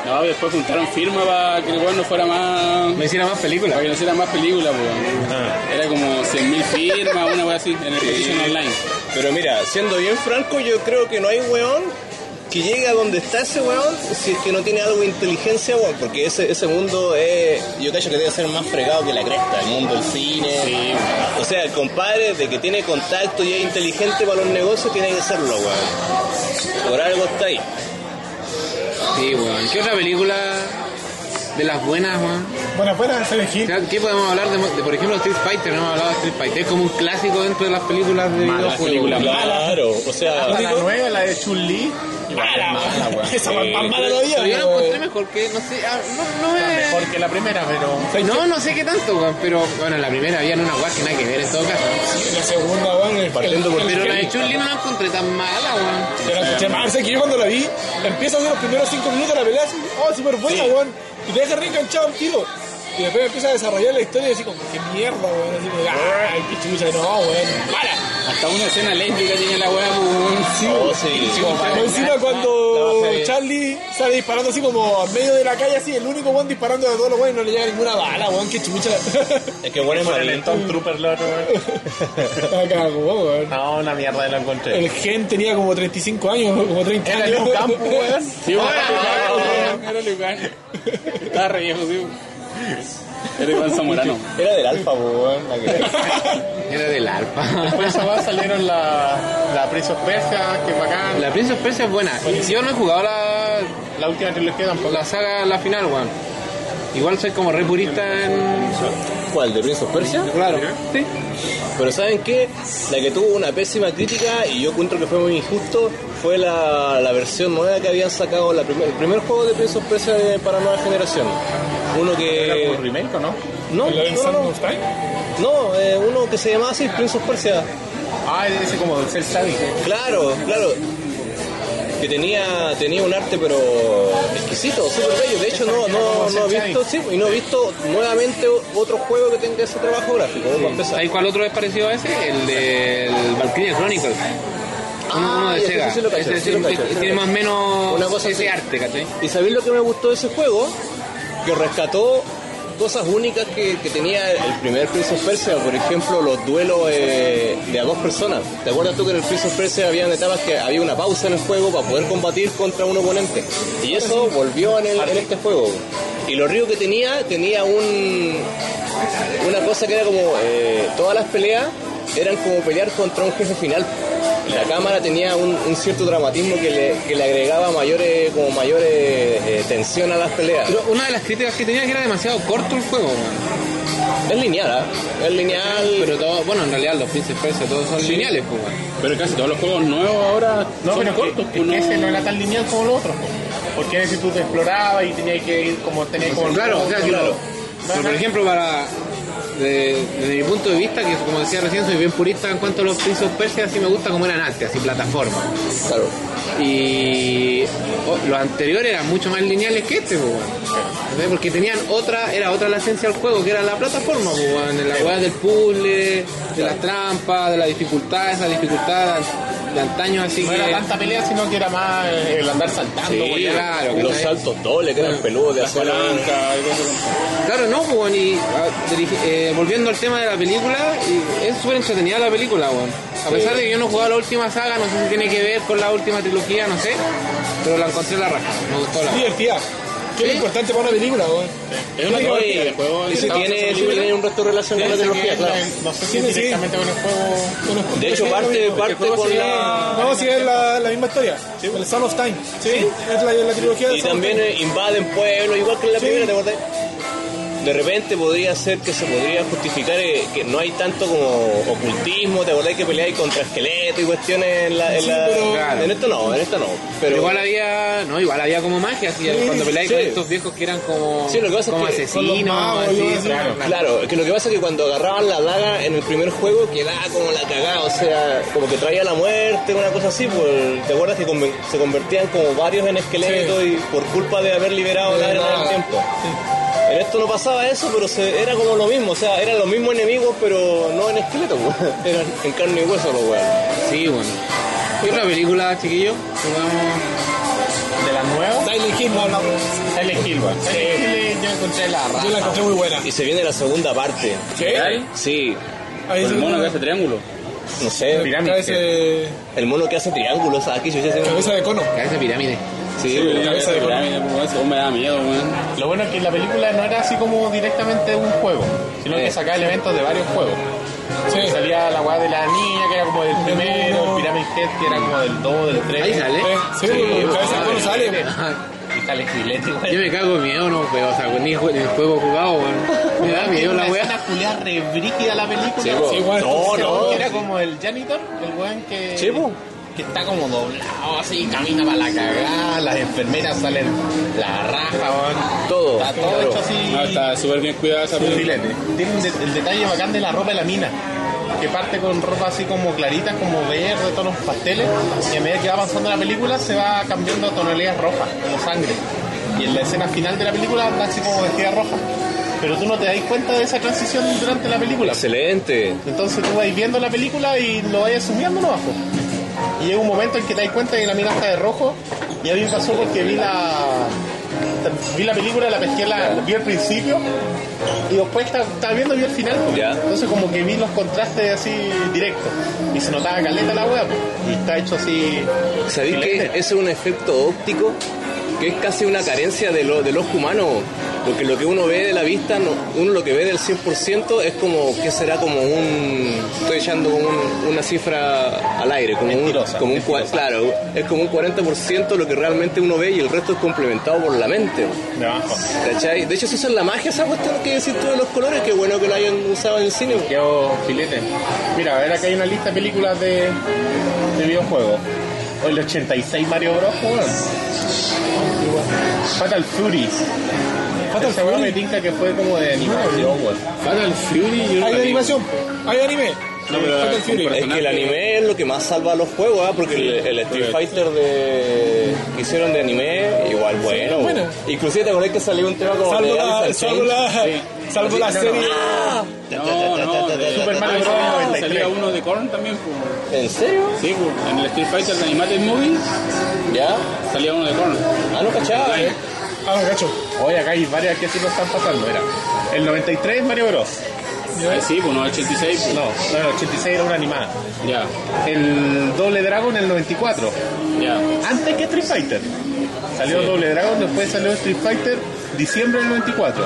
Speaker 6: No, después juntaron firma para que el weón no fuera más.
Speaker 5: Me hiciera más Ah. películas.
Speaker 6: Para que no hiciera más películas, weón. Era como 100.000 firmas, una weá así, en el petition online.
Speaker 1: Pero mira, siendo bien franco, yo creo que no hay weón que llegue a donde está ese weón si es que no tiene algo de inteligencia, weón. Porque ese, ese mundo es. Yo creo que debe ser más fregado que la cresta. El mundo del cine. O sea, el compadre de que tiene contacto y es inteligente para los negocios tiene que serlo, weón. Por algo está ahí.
Speaker 5: Sí, weón. ¿Qué otra película de las buenas, weón?
Speaker 4: Bueno, fuera de Silent
Speaker 5: O
Speaker 4: Hill.
Speaker 5: sea, ¿Qué podemos hablar de, de, por ejemplo, Street Fighter? No hemos hablado de Street Fighter. Es como un clásico dentro de las películas de videojuegos.
Speaker 6: película,
Speaker 5: weón.
Speaker 1: Claro, o sea.
Speaker 3: La nueva, la de Chun-Li.
Speaker 4: Esa más
Speaker 1: Eh,
Speaker 4: más mala
Speaker 5: Pero
Speaker 4: todavía.
Speaker 5: yo la
Speaker 4: weón.
Speaker 5: encontré mejor que, no sé, ah, no, no es...
Speaker 3: Mejor que la primera, pero.
Speaker 5: No, no sé qué tanto, weón, pero bueno, en la primera había una guay que nada que ver en todo caso.
Speaker 4: La segunda, weón. el-
Speaker 1: Partiendo por
Speaker 4: el-
Speaker 5: Pero
Speaker 4: el-
Speaker 5: la de Chun-Li no la encontré tan mala, weón.
Speaker 4: Yo la escuché mal, sé que yo cuando la vi, empieza a hacer los primeros 5 minutos de la pelea, así, oh, súper buena, weón. Y te deja reenganchado un tiro. Y después empieza a desarrollar la historia y así como, qué mierda, weón. Así como, "Ah, ay, qué chucha, no, weón. Para.
Speaker 6: Hasta una escena lésbica tiene la weá, weón. Sí,
Speaker 1: Oh, sí.
Speaker 4: Pero encima cuando Charlie sale disparando así como a medio de la calle, así, el único weón disparando de todos los weones y no le llega ninguna bala, weón, qué chucha.
Speaker 1: Es que bueno es
Speaker 3: Por el
Speaker 1: malito.
Speaker 3: Stormtrooper, lo otro, weón.
Speaker 4: La cagó, weón.
Speaker 3: No, una mierda, lo encontré.
Speaker 4: El gen tenía como 35 años, como 30
Speaker 3: Era
Speaker 4: años.
Speaker 3: Liu Kang, weón.
Speaker 6: Sí, weón. Era lugar. Estaba re viejo, sí. weón. Era Iván Zamorano.
Speaker 1: Era del alfa, po, weón. la que-
Speaker 5: Era del Alpa.
Speaker 3: Después de esa weá salieron la, la Prince of Persia, que bacán. La,
Speaker 5: La Prince of Persia es buena. Yo no he jugado la,
Speaker 3: la última trilogía tampoco.
Speaker 5: la saga, la final, weón. Igual soy como re purista en...
Speaker 1: ¿Cuál? ¿De Prince of Persia?
Speaker 5: Claro. Sí.
Speaker 1: Pero ¿saben qué? La que tuvo una pésima crítica y yo encuentro que fue muy injusto fue la, la versión nueva que habían sacado, la primer- el primer juego de Prince of Persia de- para nueva generación. Uno
Speaker 3: Era como
Speaker 1: que...
Speaker 3: un remake, ¿o no?
Speaker 1: No,
Speaker 4: ¿La de
Speaker 1: no,
Speaker 4: Sand
Speaker 1: no,
Speaker 4: of Time?
Speaker 1: no, eh, uno que se llamaba así, Prince of Persia.
Speaker 3: Ah, ese como del Cell Shading.
Speaker 1: Claro, claro. Que tenía, tenía un arte pero exquisito, súper bello. De hecho no, no, no he visto, sí, y no he visto nuevamente otro juego que tenga ese trabajo gráfico. ¿eh? para empezar.
Speaker 5: ¿Sabes cuál otro es parecido a ese? El del Valkyria Chronicles. Uno,
Speaker 1: Ah,
Speaker 5: uno de
Speaker 1: ese
Speaker 5: Sega.
Speaker 1: sí lo cacho,
Speaker 5: Ese
Speaker 1: sí lo
Speaker 5: tiene-
Speaker 1: cacho.
Speaker 5: tiene más o
Speaker 1: Una
Speaker 5: menos
Speaker 1: cosa
Speaker 5: ese
Speaker 1: así.
Speaker 5: arte, ¿cachai?
Speaker 1: ¿Y sabéis lo que me gustó de ese juego? Que rescató cosas únicas que, que tenía el primer Prince of Persia, por ejemplo, los duelos eh, de a dos personas. ¿Te acuerdas tú que en el Prince of Persia había etapas que había una pausa en el juego para poder combatir contra un oponente? Y eso volvió en, el- en este juego. Y lo río que tenía, tenía un, una cosa que era como eh, todas las peleas eran como pelear contra un jefe final. La cámara tenía un, un cierto dramatismo que le, que le agregaba mayores, como mayores eh, tensión a las peleas.
Speaker 5: Pero una de las críticas que tenía es que era demasiado corto el juego, weón.
Speaker 1: Es lineal, ¿ah? es lineal.
Speaker 5: Pero todo, bueno, en realidad los Prince of Persia todos son lineales, pues, weón.
Speaker 6: Pero casi todos los juegos nuevos ahora
Speaker 3: No,
Speaker 6: son
Speaker 3: pero
Speaker 6: cortos,
Speaker 3: es que,
Speaker 6: pues, no-
Speaker 3: es que ese no era tan lineal como los otros, po. porque en ese tú te explorabas y tenías que ir como tenías como
Speaker 5: Claro, o sea,
Speaker 3: como-
Speaker 5: claro.
Speaker 3: Ajá.
Speaker 5: Pero por ejemplo, para de- desde mi punto de vista, que como decía recién, soy bien purista en cuanto a los Prince of Persia, sí me gusta como eran antes, así plataforma.
Speaker 1: claro.
Speaker 5: Y o- los anteriores eran mucho más lineales que este, pues, weón. ¿Entendés? porque tenían otra, era otra la esencia del juego, que era la plataforma, pues, weón, de la hueá del puzzle, de las trampas, de la dificultad, esa dificultad de antaño, así
Speaker 3: No
Speaker 5: que...
Speaker 3: era tanta pelea, sino que era más eh, el andar saltando.
Speaker 5: eh,
Speaker 3: pues,
Speaker 5: Sí,
Speaker 3: por ahí.
Speaker 5: claro,
Speaker 1: Los
Speaker 5: ¿cachai?
Speaker 1: saltos dobles que eran peludos de
Speaker 6: Las
Speaker 1: acero.
Speaker 6: palancas, y cosas
Speaker 5: Claro, no, pues, weón, y ah, dirigi- eh, volviendo al tema de la película, y es súper entretenida la película, weón. A pesar de que yo no he jugado la última saga, no sé si tiene que ver con la última trilogía, no sé, pero la encontré la raja, me gustó la
Speaker 4: Divertida. Que es lo importante para una película, weón.
Speaker 6: Es una trilogía el juego.
Speaker 1: Y si
Speaker 6: estaba-
Speaker 1: tiene, tiene un resto de relación con la trilogía, claro.
Speaker 3: No sé si
Speaker 4: Sí, sí.
Speaker 3: es directamente con el juego.
Speaker 1: De hecho, parte, parte con la...
Speaker 4: Vamos a seguir la, la misma historia. El Sound of Time. Sí. Es la, la trilogía del
Speaker 1: Y
Speaker 4: Sound of
Speaker 1: también eh, invaden pueblos, igual que en la
Speaker 4: Sí.
Speaker 1: primera, ¿te acordás? De repente podría ser que se podría justificar eh, que no hay tanto como ocultismo, ¿te acordás que peleáis contra esqueletos y cuestiones en la... En,
Speaker 4: Sí,
Speaker 1: la-
Speaker 4: pero-
Speaker 1: en esto no, en esto no.
Speaker 5: Pero
Speaker 1: Pero
Speaker 5: igual había, no, igual había como magia, así, cuando peleáis
Speaker 1: sí.
Speaker 5: con estos viejos que eran como,
Speaker 1: Sí, lo que pasa es
Speaker 5: como
Speaker 1: que con los
Speaker 5: asesinos,
Speaker 4: magos,
Speaker 5: así,
Speaker 4: yo decía,
Speaker 5: claro, claro.
Speaker 1: Claro, es que lo que pasa es que cuando agarraban la daga en el primer juego quedaba como la cagada, o sea, como que traía la muerte, una cosa así, pues, ¿te acuerdas que conven- se convertían como varios en esqueletos y por culpa de haber liberado la arena del tiempo? En esto no pasaba eso, pero se- era como lo mismo, o sea, eran los mismos enemigos, pero no en esqueletos, weón. eran en carne y hueso pues, los weones.
Speaker 5: Sí, bueno. ¿Qué otra película, chiquillos? Jugamos-
Speaker 3: De la nueva.
Speaker 4: Silent Hill, no hablamos.
Speaker 3: Silent Hill, weón. Silent Hill yo encontré la
Speaker 4: Yo la encontré muy buena.
Speaker 1: Y se viene la segunda parte.
Speaker 6: ¿Real?
Speaker 1: Sí,
Speaker 4: Ahí
Speaker 6: Con el
Speaker 4: se-
Speaker 6: mono que hace triángulo.
Speaker 1: no sé,
Speaker 4: Cabeza de-
Speaker 1: el mono que hace triángulos, ah, aquí yo ya sé.
Speaker 4: cabeza de cono.
Speaker 5: Cabeza de pirámide.
Speaker 1: Sí,
Speaker 6: Sí,
Speaker 1: weón.
Speaker 4: cabeza de
Speaker 6: la pirámide, weón, ese weón me da miedo, weón.
Speaker 3: Lo bueno es que la película no era así como directamente un juego, sino que
Speaker 1: Eh.
Speaker 3: sacaba elementos de varios juegos.
Speaker 4: Sí.
Speaker 3: Salía la weá de la niña, que era como del primero,
Speaker 4: uno.
Speaker 3: el Pyramid Head, que era como del 2, del 3.
Speaker 5: Ahí sale.
Speaker 4: Sí, cabeza de cono sale.
Speaker 3: Y sale Gillette,
Speaker 5: Yo
Speaker 3: weón.
Speaker 5: me cago en miedo, no, pero, o sea, ni jue- ni juego jugado, weón. Me da miedo la
Speaker 3: Una
Speaker 5: weá.
Speaker 3: culia rebrígida la película.
Speaker 1: Sí, po.
Speaker 4: Sí, igual.
Speaker 1: No,
Speaker 3: Ese
Speaker 1: no.
Speaker 3: weón que Era como el janitor, el weón que...
Speaker 1: Sí, po.
Speaker 3: que está como doblado así, camina para la cagada, las enfermeras salen la raja, weón.
Speaker 1: Todo,
Speaker 3: Está todo
Speaker 1: claro.
Speaker 3: hecho así.
Speaker 6: No, está súper bien cuidada esa
Speaker 3: Tiene
Speaker 6: película.
Speaker 3: un de- el detalle bacán de la ropa de la mina, que parte con ropa así como clarita, como verde, tonos pasteles, y a medida que va avanzando la película se va cambiando a tonalidades rojas, como sangre. Y en la escena final de la película anda así como vestida roja. Pero tú no te das cuenta de esa transición durante la película.
Speaker 1: Excelente.
Speaker 3: Entonces tú vas viendo la película y lo vas asumiendo no bajo. Y llega un momento en que te das cuenta que la mina está de rojo. Y a mí me pasó porque vi la vi la película, la pesqué, la, vi al principio. Y después esta- estaba, viendo vi el final. pues.
Speaker 1: Ya.
Speaker 3: Entonces como que vi los contrastes así directos. Y se notaba caleta la wea. pues. Y está hecho así...
Speaker 1: ¿Sabéis que
Speaker 3: silente.
Speaker 1: es un efecto óptico que es casi una carencia de lo, del ojo humano? Porque lo que uno ve de la vista, no- uno lo que ve del 100% es como que será como un. Estoy echando un- una cifra al aire, como un,
Speaker 3: Mentirosa,
Speaker 1: como un cua- Claro, es como un 40% lo que realmente uno ve y el resto es complementado por la mente.
Speaker 3: De abajo.
Speaker 1: ¿Cachai? De hecho, eso es la magia, esa cuestión que decís tú de los colores, que bueno que lo hayan usado en el cine.
Speaker 3: Quedó filete. Mira, a ver acá hay una lista de películas de, de videojuegos. O el 86 Mario Bros. weón. Fatal Fury. Fatal Esa weá me tinca que fue como de animación, weón.
Speaker 6: Fatal Fury, yo
Speaker 4: Hay
Speaker 6: la vi.
Speaker 4: animación. Hay anime.
Speaker 6: No, pero
Speaker 4: Fatal Fury.
Speaker 6: con
Speaker 1: Es que el
Speaker 6: personaje-
Speaker 1: anime es lo que más salva los juegos, ¿ah? porque el, el Street Fighter de, que hicieron de anime, igual bueno.
Speaker 4: bueno.
Speaker 1: Inclusive te acordás que salió un tema como
Speaker 4: Salvo
Speaker 1: de Alice
Speaker 4: la,
Speaker 1: in
Speaker 4: salvo la, salvo la serie.
Speaker 6: No, no, de
Speaker 3: Super Mario Bros.
Speaker 6: Ah,
Speaker 3: 93.
Speaker 6: Salía uno de Korn también, pues.
Speaker 1: Chains. ¿En serio?
Speaker 6: Sí, pues. En el Street Fighter de Animated Movie
Speaker 1: ¿Ya?
Speaker 6: salía uno de Korn.
Speaker 1: Ah, no cachaba, ¿eh?
Speaker 4: Ah, no, cacho.
Speaker 3: Oye, acá hay varias que sí lo están pasando. Era el 93 Mario Bros.
Speaker 6: Eh, Sí, pues, no, 86, pues.
Speaker 3: No, no, el 86 era una animada.
Speaker 6: Ya,
Speaker 3: El Doble Dragon el 94.
Speaker 6: ya.
Speaker 3: Antes que Street Fighter. Salió Doble Dragon, después salió Street Fighter, diciembre del 94.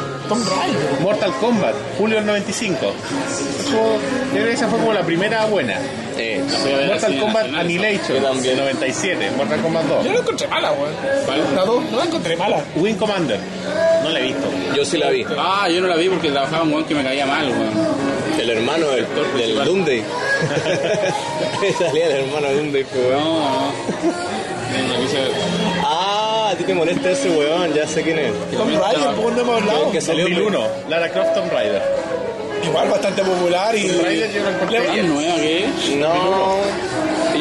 Speaker 3: Mortal Kombat, julio del 95. Eso- yo creo que esa fue como la primera buena.
Speaker 1: Eh,
Speaker 6: Voy a ver así
Speaker 3: Mortal
Speaker 6: en
Speaker 3: Kombat
Speaker 6: nacional,
Speaker 3: Annihilation,
Speaker 1: Yo también.
Speaker 3: 97. Mortal Kombat 2.
Speaker 4: Yo la encontré mala, weón.
Speaker 6: ¿cuál?
Speaker 4: La dos, no la encontré mala.
Speaker 3: Wing Commander, no la he visto.
Speaker 1: yo sí la vi.
Speaker 6: Ah, yo no la vi porque trabajaba un weón que me caía mal, weón.
Speaker 1: El hermano del, del Doomsday. Salía el hermano de Doomsday, pues,
Speaker 6: No,
Speaker 1: weón.
Speaker 6: no. No, no quise ver.
Speaker 1: Ah, a ti te molesta ese weón, ya sé quién es.
Speaker 4: Tom Ryan, pues no hemos hablado.
Speaker 1: El que salió
Speaker 3: 2001, Lara Croft Tomb Raider.
Speaker 4: Igual bastante popular y.
Speaker 3: Tomb Raider yo la encontré
Speaker 4: Le-
Speaker 6: ¿Tan nueva que es?
Speaker 1: No,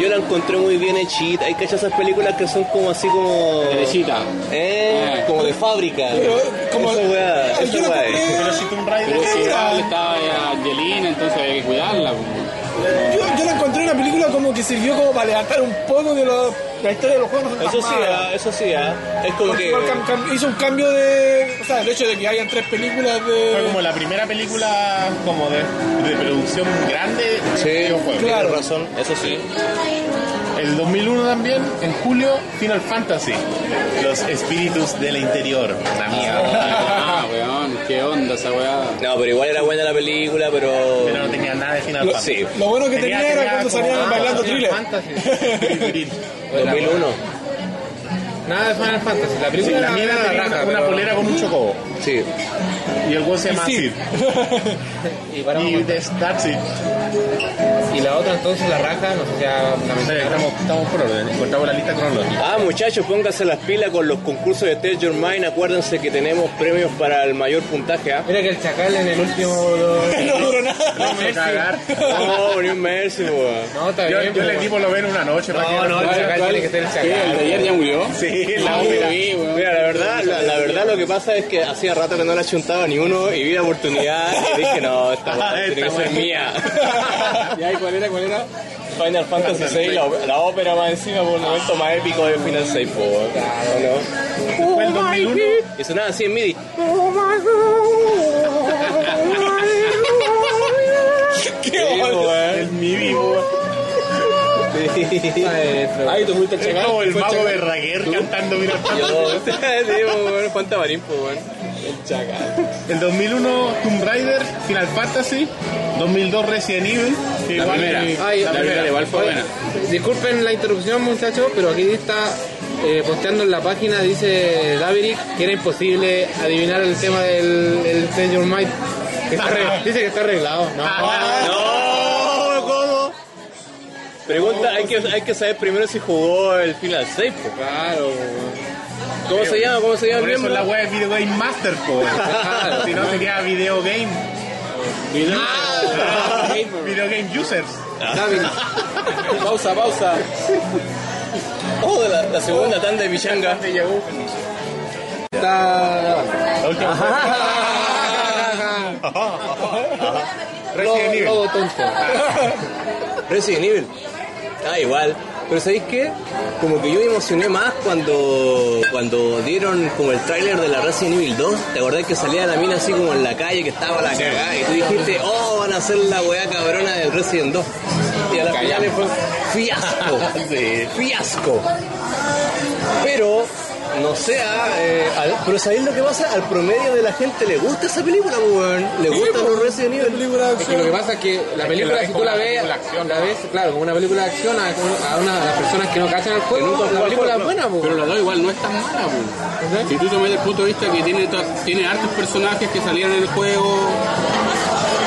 Speaker 1: yo la encontré muy bien hechita. Hay que echar esas películas que son como así como.
Speaker 6: Derechita.
Speaker 1: Eh, como de fábrica.
Speaker 4: Pero, como-
Speaker 1: Esa weá,
Speaker 4: Ay,
Speaker 1: esa
Speaker 4: yo la
Speaker 1: weá.
Speaker 4: compré.
Speaker 3: Pero si Tomb Raider
Speaker 6: Pero es que
Speaker 3: era-
Speaker 6: igual estaba ya Angelina, entonces había que cuidarla, weón.
Speaker 4: Yo, yo la encontré una película como que sirvió como para levantar un poco de lo- la historia de los juegos. no son
Speaker 1: Eso
Speaker 4: tan
Speaker 1: sí,
Speaker 4: malas.
Speaker 1: ah, eso sí, ah. es como
Speaker 4: Porque
Speaker 1: que.
Speaker 4: igual cam- cam- hizo un cambio de. O sea, el hecho de que hayan tres películas
Speaker 3: Fue
Speaker 4: de.
Speaker 3: como la primera película como de, de producción grande de
Speaker 1: Sí,
Speaker 3: videojuego.
Speaker 1: tienes
Speaker 4: Claro.
Speaker 1: razón, eso sí.
Speaker 3: El El 2001 también, en julio, Final Fantasy. Los espíritus del interior. Una mierda.
Speaker 6: Ah, weón, qué onda esa weá.
Speaker 1: No, pero igual era buena la película, pero.
Speaker 3: Pero no tenía nada de Final Fantasy.
Speaker 1: Sí,
Speaker 4: Lo bueno que tenía, era cuando
Speaker 3: como-
Speaker 4: salían
Speaker 3: ah,
Speaker 4: bailando thriller.
Speaker 3: Fantasy.
Speaker 1: 2001.
Speaker 5: Nada de Final Fantasy. La
Speaker 3: Sí,
Speaker 5: película
Speaker 3: la mierda
Speaker 5: era
Speaker 3: tenía
Speaker 5: raja,
Speaker 3: una, una
Speaker 5: pero-
Speaker 3: polera con un chocobo.
Speaker 1: Sí.
Speaker 3: Y el güey se llama
Speaker 4: Sí.
Speaker 3: Sid. Y des- that's it.
Speaker 5: Y la otra entonces, la raja, no sé, ya la
Speaker 3: Sí, Estamos, estamos por orden. Encontramos la lista cronológica.
Speaker 1: Ah, muchachos, pónganse las pilas con los concursos de Test Your Mind. Acuérdense que tenemos premios para el mayor puntaje. ¿ah?
Speaker 5: Mira que el chacal en el último.
Speaker 4: No duró nada.
Speaker 3: Vamos a cagar.
Speaker 1: No, ni un merci, weón.
Speaker 5: No, está
Speaker 3: Yo,
Speaker 5: bien.
Speaker 3: yo
Speaker 5: pero-
Speaker 3: le di por lo menos una noche. para que-
Speaker 5: No, el chacal tiene que ser el
Speaker 6: ¿Qué? ¿El
Speaker 5: chacal.
Speaker 6: de ayer ya murió?
Speaker 3: Sí, la
Speaker 6: No,
Speaker 3: ópera.
Speaker 6: sí, weón.
Speaker 1: Mira, la verdad, la, la verdad lo que pasa es que hacía rato que no la chuntaba ni uno y vi la oportunidad y dije, no, esta weá tiene que
Speaker 3: Esta
Speaker 1: ser
Speaker 3: weá.
Speaker 1: mía.
Speaker 6: ¿Y ahí cuál era? ¿Cuál era?
Speaker 1: Final Fantasy VI, la, la ópera más encima, por el momento más épico de Final 6, po, weón.
Speaker 3: Fue el 2001.
Speaker 1: Y sonaba así en MIDI.
Speaker 4: Qué
Speaker 1: Sí,
Speaker 4: bueno.
Speaker 1: weón.
Speaker 3: El mi vivo.
Speaker 4: Ahí te fuiste a
Speaker 3: Es
Speaker 4: chacar.
Speaker 3: como el
Speaker 4: fue
Speaker 3: mago
Speaker 4: chacar.
Speaker 3: de Raguer cantando. Mira,
Speaker 1: Yo, sí, po, weón, Juan Tabarín, po, weón.
Speaker 3: El 2001 Tomb Raider, Final Fantasy, 2002 Resident Evil, que igual
Speaker 6: primera.
Speaker 3: que-
Speaker 5: Ay,
Speaker 3: la
Speaker 5: Ah, la
Speaker 3: primera.
Speaker 6: primera, igual fue
Speaker 5: Oye,
Speaker 6: buena.
Speaker 5: Disculpen la interrupción, muchachos, pero aquí está eh, posteando en la página, dice Daverick, que era imposible adivinar el tema del, del Stranger Mind. Que está arre- dice que está arreglado. No,
Speaker 6: Ah.
Speaker 3: Ah,
Speaker 1: Ah, No, ¿cómo? Pregunta, hay que, hay que saber primero si jugó el Final 6, po.
Speaker 5: claro.
Speaker 1: ¿Cómo se llama? ¿Cómo se llama el
Speaker 3: Por eso
Speaker 1: miembro?
Speaker 3: la web es Video Game Master, po. si no sería Video Game,
Speaker 6: Ah.
Speaker 5: Ah,
Speaker 3: Video Game Users.
Speaker 6: Pausa, pausa.
Speaker 1: Oh, la, la segunda tanda de Pichanga.
Speaker 3: La última Resident
Speaker 5: Lobo,
Speaker 3: Evil.
Speaker 5: lobo tonto.
Speaker 1: Resident Evil. Ah, igual. Pero ¿sabéis qué? Como que yo me emocioné más cuando cuando dieron como el tráiler de la Resident Evil 2. ¿Te acordás que salía la mina así como en la calle que estaba la cagada? Y tú dijiste, oh, van a hacer la weá cabrona del Resident 2. Y a la final fue fiasco. Fiasco. Pero, no sé, ah, eh, al- pero ¿sabéis lo que pasa? Al promedio de la gente le gusta esa película, pues, weón. Le gustan los Resident Evil.
Speaker 5: pues, Es que lo que pasa es que la película, si tú la ves, la ves, claro, como una película de acción a, a una, a las personas que no cachan el juego, la película es buena, po.
Speaker 6: Pero la 2 igual no es tan mala, po. Si tú tomas el punto de vista que tiene, to- tiene hartos personajes que salían en el juego.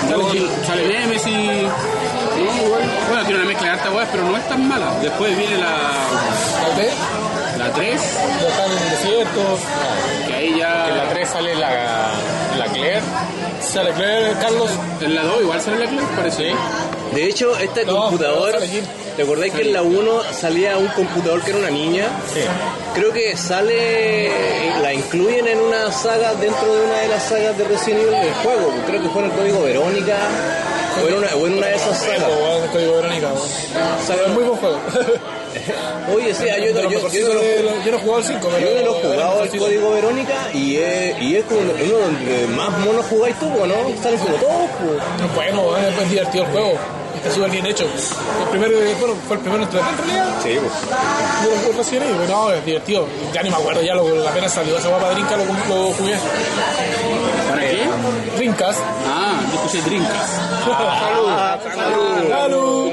Speaker 6: Luego Sale Nemesis. No, igual. Bueno, tiene una mezcla de hartas weas, pero no es tan mala. Después viene la,
Speaker 4: ¿La ves?
Speaker 6: la 3,
Speaker 4: Ya están en el desierto.
Speaker 6: que ahí ya.
Speaker 3: 3 sale la, la Claire.
Speaker 4: Sale Claire, Carlos.
Speaker 6: En la 2 igual sale la Claire, parece.
Speaker 1: De hecho, este
Speaker 4: No,
Speaker 1: computador,
Speaker 4: pero sale Jim.
Speaker 1: ¿te acordáis que en la 1 salía un computador que era una niña? Sí. Creo que sale, la incluyen en una saga, dentro de una de las sagas de Resident Evil del juego. Creo que fue en el código Verónica, o en una, o en una de esas
Speaker 4: Epo,
Speaker 1: sagas.
Speaker 4: weón, el código Verónica. weón.
Speaker 1: Saga-
Speaker 4: Muy buen juego.
Speaker 1: Oye, sí, ah, yo,
Speaker 4: De
Speaker 1: yo,
Speaker 4: lo
Speaker 1: yo,
Speaker 4: mejorcito
Speaker 1: yo no lo
Speaker 4: de lo- yo no he jugado el 5, pero.
Speaker 1: yo no lo he jugado el
Speaker 4: mejorcito.
Speaker 1: código Verónica y es, y es como uno donde más monos jugáis tú, ¿no? Salen como todos, pues.
Speaker 4: No es bueno, weón, ¿eh? es es divertido el juego. Está súper bien hecho. El primero, bueno, fue el primero en 3D en realidad.
Speaker 1: Sí, pues.
Speaker 4: Yo lo jugué recién ahí, pero no, es divertido. Ya ni me acuerdo, ya lo, apenas salió esa guapa drinka lo, lo jugué.
Speaker 6: ¿Para qué?
Speaker 4: Drinkas.
Speaker 6: Ah, yo escuché Drinkas.
Speaker 4: Salud. Salud.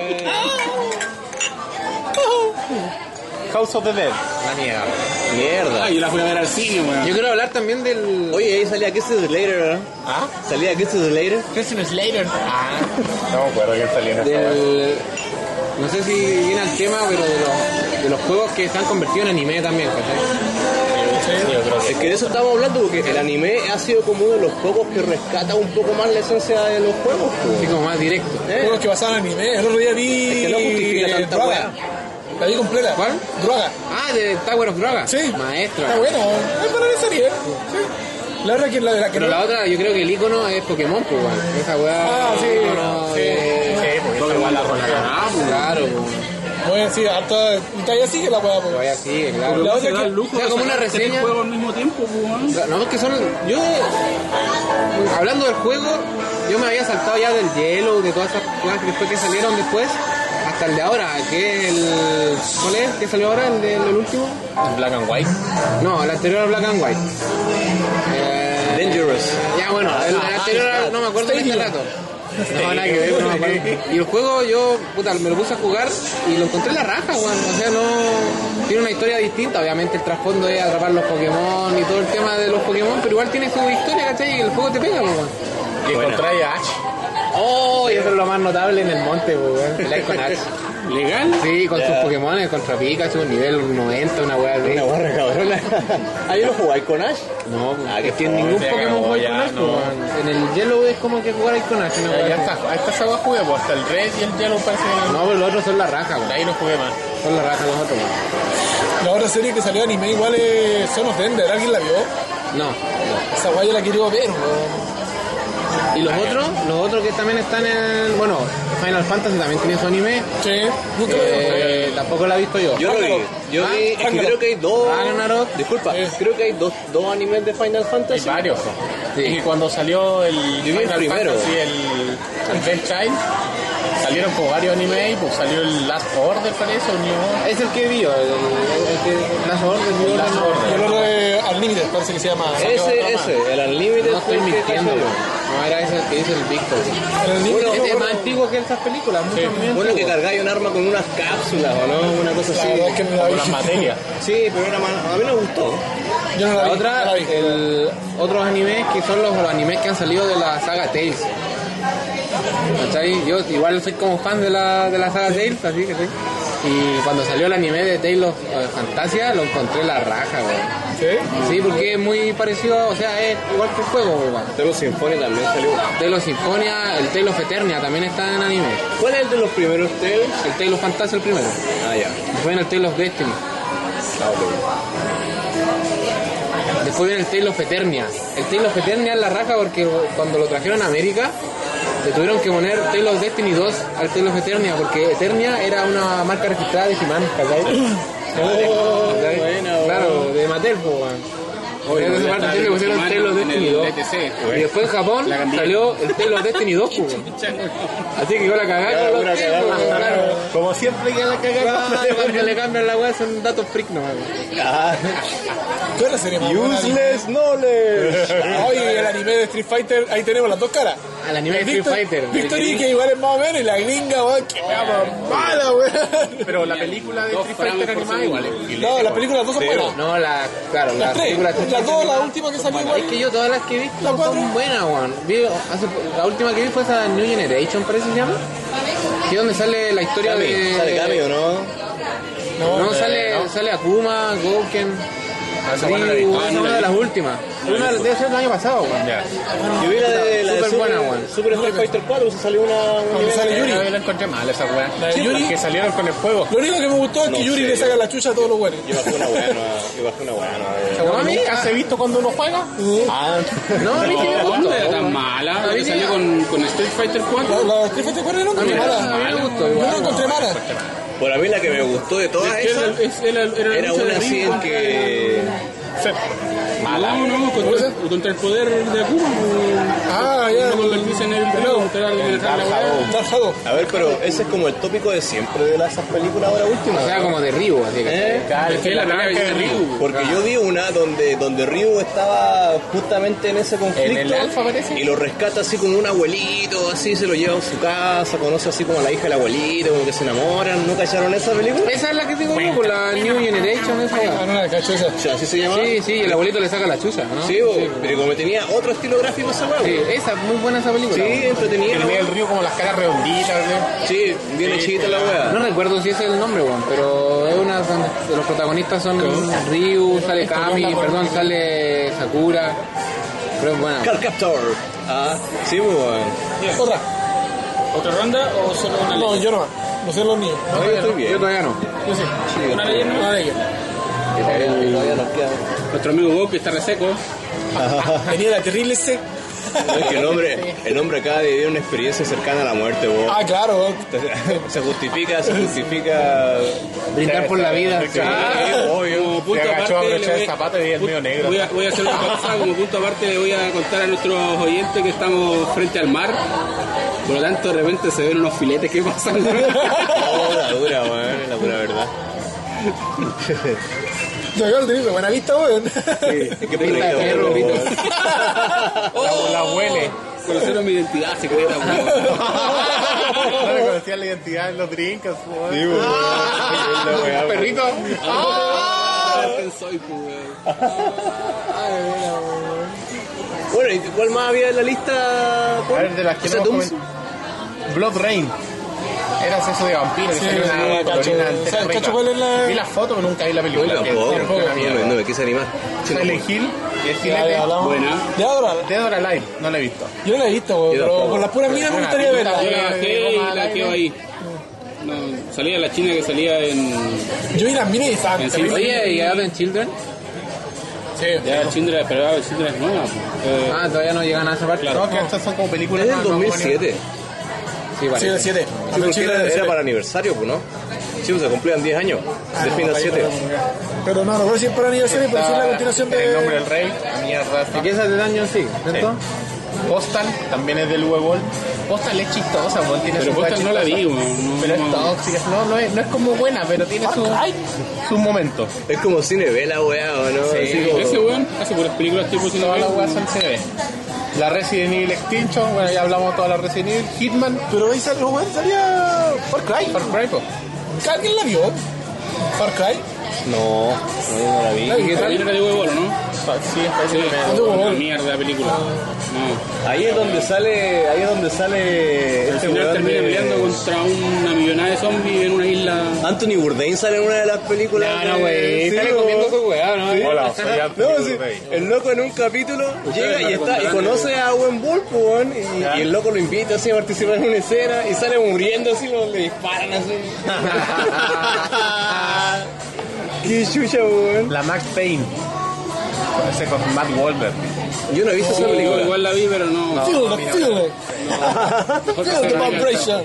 Speaker 3: House of the Dead.
Speaker 5: La mierda.
Speaker 1: Ah, Mierda.
Speaker 6: Ah, yo la fui a ver al cine, weón.
Speaker 5: Yo quiero hablar también del.
Speaker 1: Oye, ahí salía Kiss the Later, ¿verdad?
Speaker 5: ¿Ah?
Speaker 1: Salía Kiss the Later.
Speaker 5: Christmas Later. Ah,
Speaker 3: No me acuerdo que salía en esta web.
Speaker 5: del. No sé si viene al tema, pero de los, de los juegos que se han convertido en anime también, ¿cachai?
Speaker 1: Es que de eso estamos hablando porque el anime ha sido como uno de los pocos que rescata un poco más la esencia de los juegos. pues.
Speaker 5: Así como más directo.
Speaker 6: Eh.
Speaker 4: Juegos que basaban en anime. El otro día vi.
Speaker 1: Es que no justifica
Speaker 4: eh,
Speaker 1: tanta
Speaker 4: Droga.
Speaker 1: weá.
Speaker 4: La vi completa.
Speaker 5: ¿Cuál?
Speaker 4: Droga.
Speaker 5: Ah, de Tower of Droga.
Speaker 4: Sí.
Speaker 5: Maestro.
Speaker 4: Está bueno. Es buena la serie, ¿eh? Sí. La verdad que la de la que
Speaker 5: Pero
Speaker 4: no-
Speaker 5: la otra, yo creo que el icono es Pokémon, pues, weón. Esa weá.
Speaker 4: Ah, sí.
Speaker 5: icono
Speaker 4: Sí. pues,
Speaker 5: de-
Speaker 3: Sí, porque esta web la rola.
Speaker 5: Ah, pues, claro, pues.
Speaker 4: Bueno, sí, harta. Y todavía sigue la weá, pues.
Speaker 5: Todavía sigue, claro.
Speaker 4: La
Speaker 6: Se
Speaker 4: otra
Speaker 6: da
Speaker 4: que.
Speaker 6: el lujo
Speaker 5: sea,
Speaker 6: de
Speaker 5: como una
Speaker 6: sacar este tres
Speaker 5: reseña.
Speaker 6: juegos al mismo tiempo, weón.
Speaker 5: No, es que son. Yo. Hablando del juego, yo me había saltado ya del hielo, de todas esas cosas que después que salieron después, hasta el de ahora, que es el. ¿Cuál es? ¿Qué salió ahora? ¿El, del el último?
Speaker 7: Black and White.
Speaker 5: No, el anterior al Black and White. Eh,
Speaker 7: Dangerous.
Speaker 5: ya bueno, el, el anterior al- no me acuerdo del relato. Ah, No, nada que ver, no me acuerdo. Y el juego yo, puta, me lo puse a jugar y lo encontré en la raja, weón. O sea, no. Tiene una historia distinta, obviamente el trasfondo es atrapar los Pokémon y todo el tema de los Pokémon, pero igual tiene su historia, ¿cachai? Y el juego te pega, weón.
Speaker 3: Que encontráis a Ash.
Speaker 5: Oh, y eso es lo más notable en el monte, weón. Pelear con Ash.
Speaker 6: ¿Legal?
Speaker 5: Sí, con sus Pokémon, contra Pikachu, nivel 90, una weá así.
Speaker 1: Una barra Ah, cabrona. Ahí lo jugáis con Ash.
Speaker 5: No,
Speaker 1: Ah,
Speaker 5: que
Speaker 1: qué
Speaker 5: tiene ningún
Speaker 3: se
Speaker 5: Pokémon
Speaker 3: acabó,
Speaker 5: juega
Speaker 3: ya,
Speaker 5: con Ash,
Speaker 1: pues.
Speaker 3: no.
Speaker 5: weón. En el Yellow es como que jugar ahí con Ash, una
Speaker 3: Ya,
Speaker 5: weá
Speaker 3: ya
Speaker 5: así.
Speaker 3: hasta, hasta esa agua jugué, pues hasta el red y el yellow parece que
Speaker 5: No, pero los otros son la raja,
Speaker 3: De
Speaker 5: weón.
Speaker 3: ahí no jugué más.
Speaker 5: Son la raja los otros, weón.
Speaker 4: La otra serie que salió anime igual es Son of Bender. ¿Alguien la vio?
Speaker 5: No.
Speaker 4: Esa guay yo la quiero ver, weón.
Speaker 5: Y
Speaker 1: Ah,
Speaker 5: los otros, los otros que también están en. Bueno, Final Fantasy también tiene su anime.
Speaker 4: Che, nunca la veo.
Speaker 5: Eh, tampoco la he visto yo.
Speaker 1: Yo lo vi. Yo
Speaker 5: Ah,
Speaker 1: vi- es que
Speaker 4: Ragnarok.
Speaker 1: creo que hay dos.
Speaker 5: Ragnarok.
Speaker 1: Disculpa,
Speaker 4: Sí.
Speaker 1: creo que hay dos, dos animes de Final
Speaker 3: Hay
Speaker 1: Fantasy.
Speaker 3: varios. po. Y cuando salió el
Speaker 1: vi el primero.
Speaker 3: Fantasy, el, el Best Child, salieron como varios animes y pues salió el Last Order, parece, o New
Speaker 5: Es el que vi yo, el, el- el que. Las órdenes,
Speaker 3: el Last
Speaker 4: Y el
Speaker 3: Order.
Speaker 4: otro es Al Límite, parece que se llama.
Speaker 1: Ese, ese, el Unlimited.
Speaker 5: No estoy
Speaker 1: fue el que
Speaker 5: mintiendo,
Speaker 1: cayó.
Speaker 5: weón. No era ese el que dice el Víctor.
Speaker 4: Al Límite,
Speaker 5: Este es
Speaker 4: weón.
Speaker 5: más antiguo que esas películas, mucho más
Speaker 1: Bueno, que
Speaker 5: antiguo.
Speaker 1: cargáis un arma con unas cápsulas o no, una cosa
Speaker 4: Pues La
Speaker 1: así.
Speaker 4: verdad es que no la
Speaker 3: Como
Speaker 4: vi.
Speaker 3: las materias.
Speaker 1: Sí, pero era mal- a mí me gustó.
Speaker 4: Yo no la
Speaker 5: La
Speaker 4: vi.
Speaker 5: otra,
Speaker 4: no la vi.
Speaker 5: el, otros animes que son los, los animes que han salido de la saga Tales. ¿Cachai? Yo igual soy como fan de la, de la saga Tales, así que sí. Y cuando salió el anime de Tales of eh, Fantasia, lo encontré la raja, güey.
Speaker 4: ¿Sí?
Speaker 5: Sí, porque es muy parecido, o sea, es igual que el juego, güey.
Speaker 1: De los Sinfonia también salió.
Speaker 5: Tales of Sinfonia, el Tales of Eternia también está en anime.
Speaker 1: ¿Cuál es el de los primeros ustedes?
Speaker 5: El Tales of Fantasia el primero.
Speaker 1: Ah, ya.
Speaker 5: Después viene el Tales of Destiny.
Speaker 1: Ah, ok.
Speaker 5: Después viene el Tale of Eternia. El Tale of Eternia es la raja porque cuando lo trajeron a América, le tuvieron que poner Tale of Destiny 2 al Tale of Eternia, porque Eternia era una marca registrada de He-Man, ¿cachai?
Speaker 6: Oh,
Speaker 5: ¿Cachai? Claro, de Mattel, po, weón. Entonces,
Speaker 6: ya
Speaker 5: aparte,
Speaker 6: está,
Speaker 5: le pusieron
Speaker 6: He-Man
Speaker 5: Tale of
Speaker 6: en el E
Speaker 5: Destiny 2.
Speaker 6: DTC,
Speaker 5: Y después en Japón
Speaker 6: pues, La gandilla.
Speaker 5: salió el Tale of Destiny 2, po, weón. Así que yo la cagada con los tiempos, weón, claro.
Speaker 3: Como siempre que la cagada.
Speaker 5: Claro, cuando le cambian la weá son datos freak nomás. weón.
Speaker 4: ¿Qué otra serie más buena?
Speaker 1: Useless knowledge.
Speaker 4: Oye, el anime de Street Fighter, ahí tenemos las dos caras.
Speaker 5: Al anime de Street
Speaker 4: Victor-
Speaker 5: Fighter.
Speaker 4: Victory, que igual es más o menos, y la gringa, weón, que más mala, weón.
Speaker 3: Pero la película de
Speaker 6: Dos
Speaker 3: Street Fighter
Speaker 6: frames por
Speaker 3: animada igual.
Speaker 6: segundo.
Speaker 3: es-
Speaker 4: No, las películas dos son buenas.
Speaker 5: No, la, claro,
Speaker 4: Las tres,
Speaker 5: película
Speaker 4: las dos, la última que salió
Speaker 5: Es
Speaker 4: igual.
Speaker 5: que yo todas las que he visto
Speaker 4: La cuatro.
Speaker 5: son buenas, weón. Vi- hace po- La última que vi fue esa New Generation, parece que se llama. Que es donde sale la historia de...
Speaker 1: Sale Kami, ¿o no?
Speaker 5: No, sale, sale Akuma, Gouken,
Speaker 3: esa buena la he
Speaker 5: Ryu,
Speaker 3: visto.
Speaker 5: esa es una de las últimas. Una de esas del año pasado, weón.
Speaker 3: Ya.
Speaker 1: Yo vi la de la de
Speaker 5: Súper
Speaker 1: Ah, Super,
Speaker 5: buena, weón.
Speaker 1: Super Street Fighter 4, se salió una... una-
Speaker 4: Cuando sale
Speaker 3: Pero
Speaker 4: Yuri.
Speaker 3: Yo la encontré mal esa weá.
Speaker 4: de
Speaker 3: Sí,
Speaker 4: Yuri?
Speaker 3: las que salieron con el fuego.
Speaker 4: Lo único que me gustó es que
Speaker 1: No
Speaker 4: Yuri
Speaker 1: sé.
Speaker 4: le saca la chucha a todos los buenos.
Speaker 1: Yo bajé una buena, yo bajé una buena. eh.
Speaker 5: No, a mí,
Speaker 3: ¿Nunca se ha visto cuando uno juega? Ah,
Speaker 5: no, a mí sí me
Speaker 6: No,
Speaker 5: gustó.
Speaker 6: no era tan mala. que Salió con, con Street Fighter 4.
Speaker 4: La, la Street Fighter 4 no
Speaker 5: A mí,
Speaker 4: encontré
Speaker 5: a
Speaker 4: mala.
Speaker 5: mí me gustó.
Speaker 4: Yo
Speaker 5: igual,
Speaker 4: no
Speaker 5: weón.
Speaker 4: encontré mala.
Speaker 1: Por a mí la que me gustó de todas
Speaker 6: Es que
Speaker 1: esas
Speaker 6: es- era, era la
Speaker 1: Ah, era
Speaker 6: lucha de
Speaker 1: una así
Speaker 6: Ryu
Speaker 1: en
Speaker 6: contra-
Speaker 1: que...
Speaker 6: Ah, No, no, contra, contra el poder de Akuma.
Speaker 4: Pues, Ah, ya.
Speaker 6: No convertirse en el reloj, contra el, la weá.
Speaker 4: Dark Shadow.
Speaker 1: A ver, pero ese es como el tópico de siempre de las- esas películas ahora últimas.
Speaker 5: O sea, como de Ryu, así que...
Speaker 1: ¿Eh?
Speaker 6: Es que la nave de Ryu.
Speaker 1: Porque yo vi una donde, donde Ryu estaba justamente en ese conflicto.
Speaker 3: En el alfa
Speaker 1: Y lo rescata así como un abuelito, así se lo lleva a su casa, conoce así como a la hija del abuelito, como que se enamoran. ¿No callaron esa película?
Speaker 5: Esa es la que digo yo, con la New Generation, esa weón.
Speaker 4: Ah, no, la cacho esa.
Speaker 1: O sea, así se llamaba.
Speaker 5: Sí, sí, el abuelito le saca la chuza, ¿no?
Speaker 1: Sí, bo, pero como tenía otro estilo gráfico esa hueá. bo.
Speaker 5: Sí, esa, muy buena esa película.
Speaker 1: Sí,
Speaker 5: weón.
Speaker 1: entretenida.
Speaker 3: Que
Speaker 1: la
Speaker 3: tenía el
Speaker 1: hueá.
Speaker 3: río como las caras redonditas, ¿no?
Speaker 1: Sí, bien hechita la hueá.
Speaker 5: No recuerdo si ese es el nombre, weón, pero es una donde los protagonistas son Ryu, sale Kami, perdón, sale Sakura. Pero es buena.
Speaker 1: Carcaptor. Ah, sí, muy bueno.
Speaker 4: Otra.
Speaker 6: ¿Otra ronda o solo una
Speaker 4: No, yo no. No sé los niños.
Speaker 1: No, yo estoy
Speaker 5: Yo
Speaker 1: bien.
Speaker 5: todavía no.
Speaker 6: pues ¿Una leyenda?
Speaker 4: Una de ellas.
Speaker 1: Todavía nos queda.
Speaker 6: Nuestro amigo Bob que está reseco.
Speaker 4: Tenía la terrible C.
Speaker 1: No, es que el hombre, el hombre acaba de vivir una experiencia cercana a la muerte, bo.
Speaker 4: Ah, claro.
Speaker 1: Se justifica, se justifica.
Speaker 5: Brindar por la vida.
Speaker 3: Sí,
Speaker 6: Ah,
Speaker 3: obvio.
Speaker 6: como punto
Speaker 3: Se agachó a
Speaker 6: aparte,
Speaker 3: brochar
Speaker 6: le
Speaker 3: el
Speaker 6: voy-
Speaker 3: zapato y vi el
Speaker 6: pu-
Speaker 3: medio negro.
Speaker 6: Voy a, voy a hacer una pausa, como punto aparte le voy a contar a nuestros oyentes que estamos frente al mar. Por lo tanto, de repente se ven unos filetes que pasan.
Speaker 1: dura, weón, la pura verdad.
Speaker 4: Yo acabo de tener buena vista, weón.
Speaker 1: Es que pinta de perro, weón.
Speaker 6: La huele. Conocieron mi identidad secreta,
Speaker 3: No reconocía la identidad en los drinks, weón.
Speaker 1: La weá, weón.
Speaker 3: Perrito.
Speaker 6: weón. soy, po, weón.
Speaker 8: Bueno, ¿y cuál más había en la lista?
Speaker 3: A ver, de las que
Speaker 8: O sea,
Speaker 3: no
Speaker 8: tú-
Speaker 3: hemos comen- Blood Rain. Era eso de vampiro. que
Speaker 4: Sí,
Speaker 3: salió una
Speaker 4: sí,
Speaker 3: colorina
Speaker 4: cacho.
Speaker 3: entera
Speaker 4: ¿Sabes,
Speaker 3: rica.
Speaker 4: cacho, cuál es la-
Speaker 3: Vi la foto, pero nunca vi la película.
Speaker 1: Tampoco,
Speaker 3: Que-
Speaker 1: tampoco,
Speaker 3: que-
Speaker 1: no me- no me quise animar. Sí, no,
Speaker 3: Silent Hill, que es filete.
Speaker 6: Buena.
Speaker 4: Ya ahora,
Speaker 3: Dead or Alive, no la he visto.
Speaker 4: yo la he visto, weón,
Speaker 1: Yo
Speaker 4: pero
Speaker 1: tampoco.
Speaker 4: por las puras minas me
Speaker 3: Buena,
Speaker 4: gustaría
Speaker 3: pinta,
Speaker 4: verla.
Speaker 6: Yo
Speaker 3: buena.
Speaker 6: la bajé y la quedo ahí. No, salía la china que salía en.
Speaker 4: Yo vi las minas y estaban
Speaker 6: en
Speaker 4: terribles.
Speaker 6: Oye, y Adam Children.
Speaker 4: Sí.
Speaker 6: Ya, Children, pero Adam Children es nueva. po. Eh,
Speaker 5: Ah, todavía no llegan a esa parte.
Speaker 3: No, que estas son como películas.
Speaker 1: Es del
Speaker 3: más- más
Speaker 1: 2007.
Speaker 5: Sí,
Speaker 4: Sí,
Speaker 5: vale.
Speaker 4: de 7.
Speaker 1: Sí, porque era, era para aniversario, pues, ¿no? Sí, pues se cumplían 10 años.
Speaker 3: Ah,
Speaker 1: De fin a 7.
Speaker 4: Pero no, no creo si es para aniversario, pero sí es la continuación
Speaker 3: En
Speaker 4: de.
Speaker 3: el nombre del rey, la mierda.
Speaker 5: ¿Y qué es el año sí? ¿Cierto?
Speaker 3: Postal también es del Huevol. Postal es chistosa, weón, tiene
Speaker 6: Pero
Speaker 3: su
Speaker 6: Postal
Speaker 3: weá
Speaker 6: no la
Speaker 3: chistosa.
Speaker 6: vi, weón, no-
Speaker 3: Pero es tóxica, no, no es, no es como buena, pero tiene su, su momento.
Speaker 1: Es como cine vela, weá, ¿o no? Así como-
Speaker 6: Ese weón hace puras películas tipo sin
Speaker 3: Todas las
Speaker 6: ver.
Speaker 3: weas son CB. La Resident Evil Extinction, bueno, ya hablamos de todas las Resident Evil. Hitman,
Speaker 4: Pero ahí salió, weón, salía. Far Cry.
Speaker 3: Far Cry, po.
Speaker 4: ¿Alguien la vio? Far Cry.
Speaker 1: No, no, yo no la vi.
Speaker 4: ¿Qué
Speaker 6: También era de huevón, ¿no?
Speaker 3: Fa- Sí, parece que me-
Speaker 4: de huevón.
Speaker 6: Una mierda de película. No.
Speaker 1: Ahí es donde sale, ahí es donde sale
Speaker 6: Al
Speaker 1: este
Speaker 6: final
Speaker 1: weón
Speaker 6: termina
Speaker 1: de-
Speaker 6: peleando contra una millonada de zombies en una isla.
Speaker 1: Anthony Bourdain sale en una de las películas.
Speaker 6: No, no,
Speaker 1: de-
Speaker 6: güey.
Speaker 1: Sí,
Speaker 6: Sale
Speaker 1: Ah, weón.
Speaker 6: comiendo su weá, ¿no?
Speaker 3: Hola, soy Anthony
Speaker 1: No, sí,
Speaker 3: Bourdain.
Speaker 1: el loco en un capítulo llega
Speaker 6: no
Speaker 1: y está y
Speaker 6: contarán,
Speaker 1: conoce a Owen Bull, po, weón, y, y el loco lo invita así a participar en una escena y sale muriendo así, weón, le disparan así. Qué chucha, weón.
Speaker 3: La Max Payne. Ese con Matt Wahlberg.
Speaker 1: Yo no he visto esa
Speaker 6: Sí,
Speaker 1: película.
Speaker 6: Igual la vi, pero no.
Speaker 4: Feel the feeling.
Speaker 6: Mejor que
Speaker 4: Feel the
Speaker 6: sea una
Speaker 4: vibration.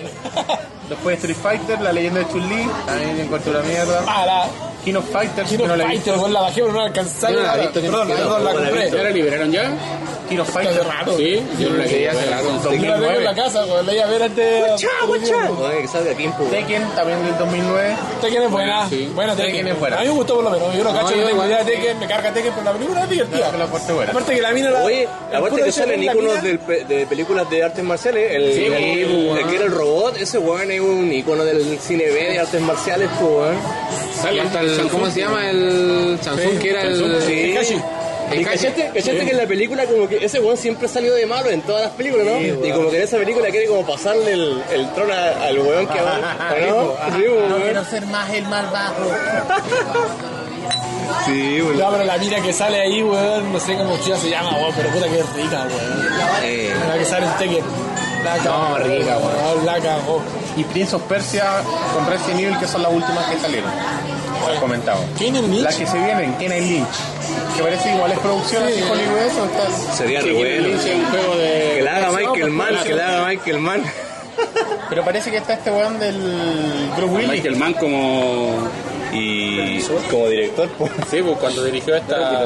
Speaker 3: Después Street Fighter, La Leyenda de Chun-Li. También encuentro la mierda.
Speaker 4: Para.
Speaker 3: King of Fighters,
Speaker 4: Kino
Speaker 3: que no la he visto.
Speaker 4: Fighter, weón, la bajé, pero no la alcancé. Perdón, perdón, la
Speaker 6: mierda. ¿Ya
Speaker 4: compré.
Speaker 6: la liberaron ya?
Speaker 3: King of
Speaker 4: Hace
Speaker 3: Fighters.
Speaker 4: rato.
Speaker 6: Sí, yo no la quería hace rato.
Speaker 4: Yo la tengo en la casa, weón. La iba a ver antes.
Speaker 1: Ay, que salga tiempo, weón.
Speaker 3: Tekken, también del 2009.
Speaker 4: Tekken es buena.
Speaker 6: Sí.
Speaker 4: Buena Tekken.
Speaker 3: Tekken es buena.
Speaker 4: A mí me gustó por lo menos. Yo no cacho,
Speaker 6: yo
Speaker 4: yo tengo
Speaker 6: igual.
Speaker 4: idea de Tekken, me carga Tekken, pero la película es
Speaker 3: Claro que la
Speaker 4: divertida.
Speaker 3: parte buena.
Speaker 4: Aparte que la mina la.
Speaker 1: Oye,
Speaker 4: el
Speaker 1: aparte
Speaker 4: puro
Speaker 1: que
Speaker 4: hecho de
Speaker 1: salen
Speaker 4: ver la
Speaker 1: íconos
Speaker 4: mina-
Speaker 1: del pe- de películas de artes marciales, el, el- el que era el robot, ese weón es un ícono del cine B de artes marciales, po, weón.
Speaker 6: Sale
Speaker 5: Hasta el, ¿Cómo se llama? El Samsung, que era el.
Speaker 1: Sí. Y cachaste, cachaste que en la película como que ese weón siempre salió de malo en todas las películas, ¿no? y como que en esa película quiere como pasarle el, el trono a- al weón que va. ¿No? Sí, po, weón.
Speaker 3: ser más el más bajo.
Speaker 1: Sí, weón.
Speaker 4: No, pero la mina que sale ahí, weón, no sé cómo chida se llama, weón, pero puta que es rica, weón.
Speaker 1: Eh,
Speaker 4: La que sale en Tekken. La cagó,
Speaker 3: rica,
Speaker 4: weón. Ah, oh. La cagó.
Speaker 3: Y Prince of Persia con Resident Evil, que son las últimas que salieron. Lo he comentado.
Speaker 4: Kenan Lynch.
Speaker 3: Las que se vienen, Kenan Lynch. Que parece igual es producción así hollywoodense o estás...
Speaker 1: sería re
Speaker 6: Bueno,
Speaker 1: bueno.
Speaker 6: hice un juego
Speaker 1: Que
Speaker 6: de.
Speaker 1: la haga Michael Mann, que la haga Michael Mann.
Speaker 3: Pero parece que está este weón del Bruce Willis.
Speaker 6: Michael Mann como.
Speaker 1: Y como director, po.
Speaker 6: Sí, pues cuando dirigió esta.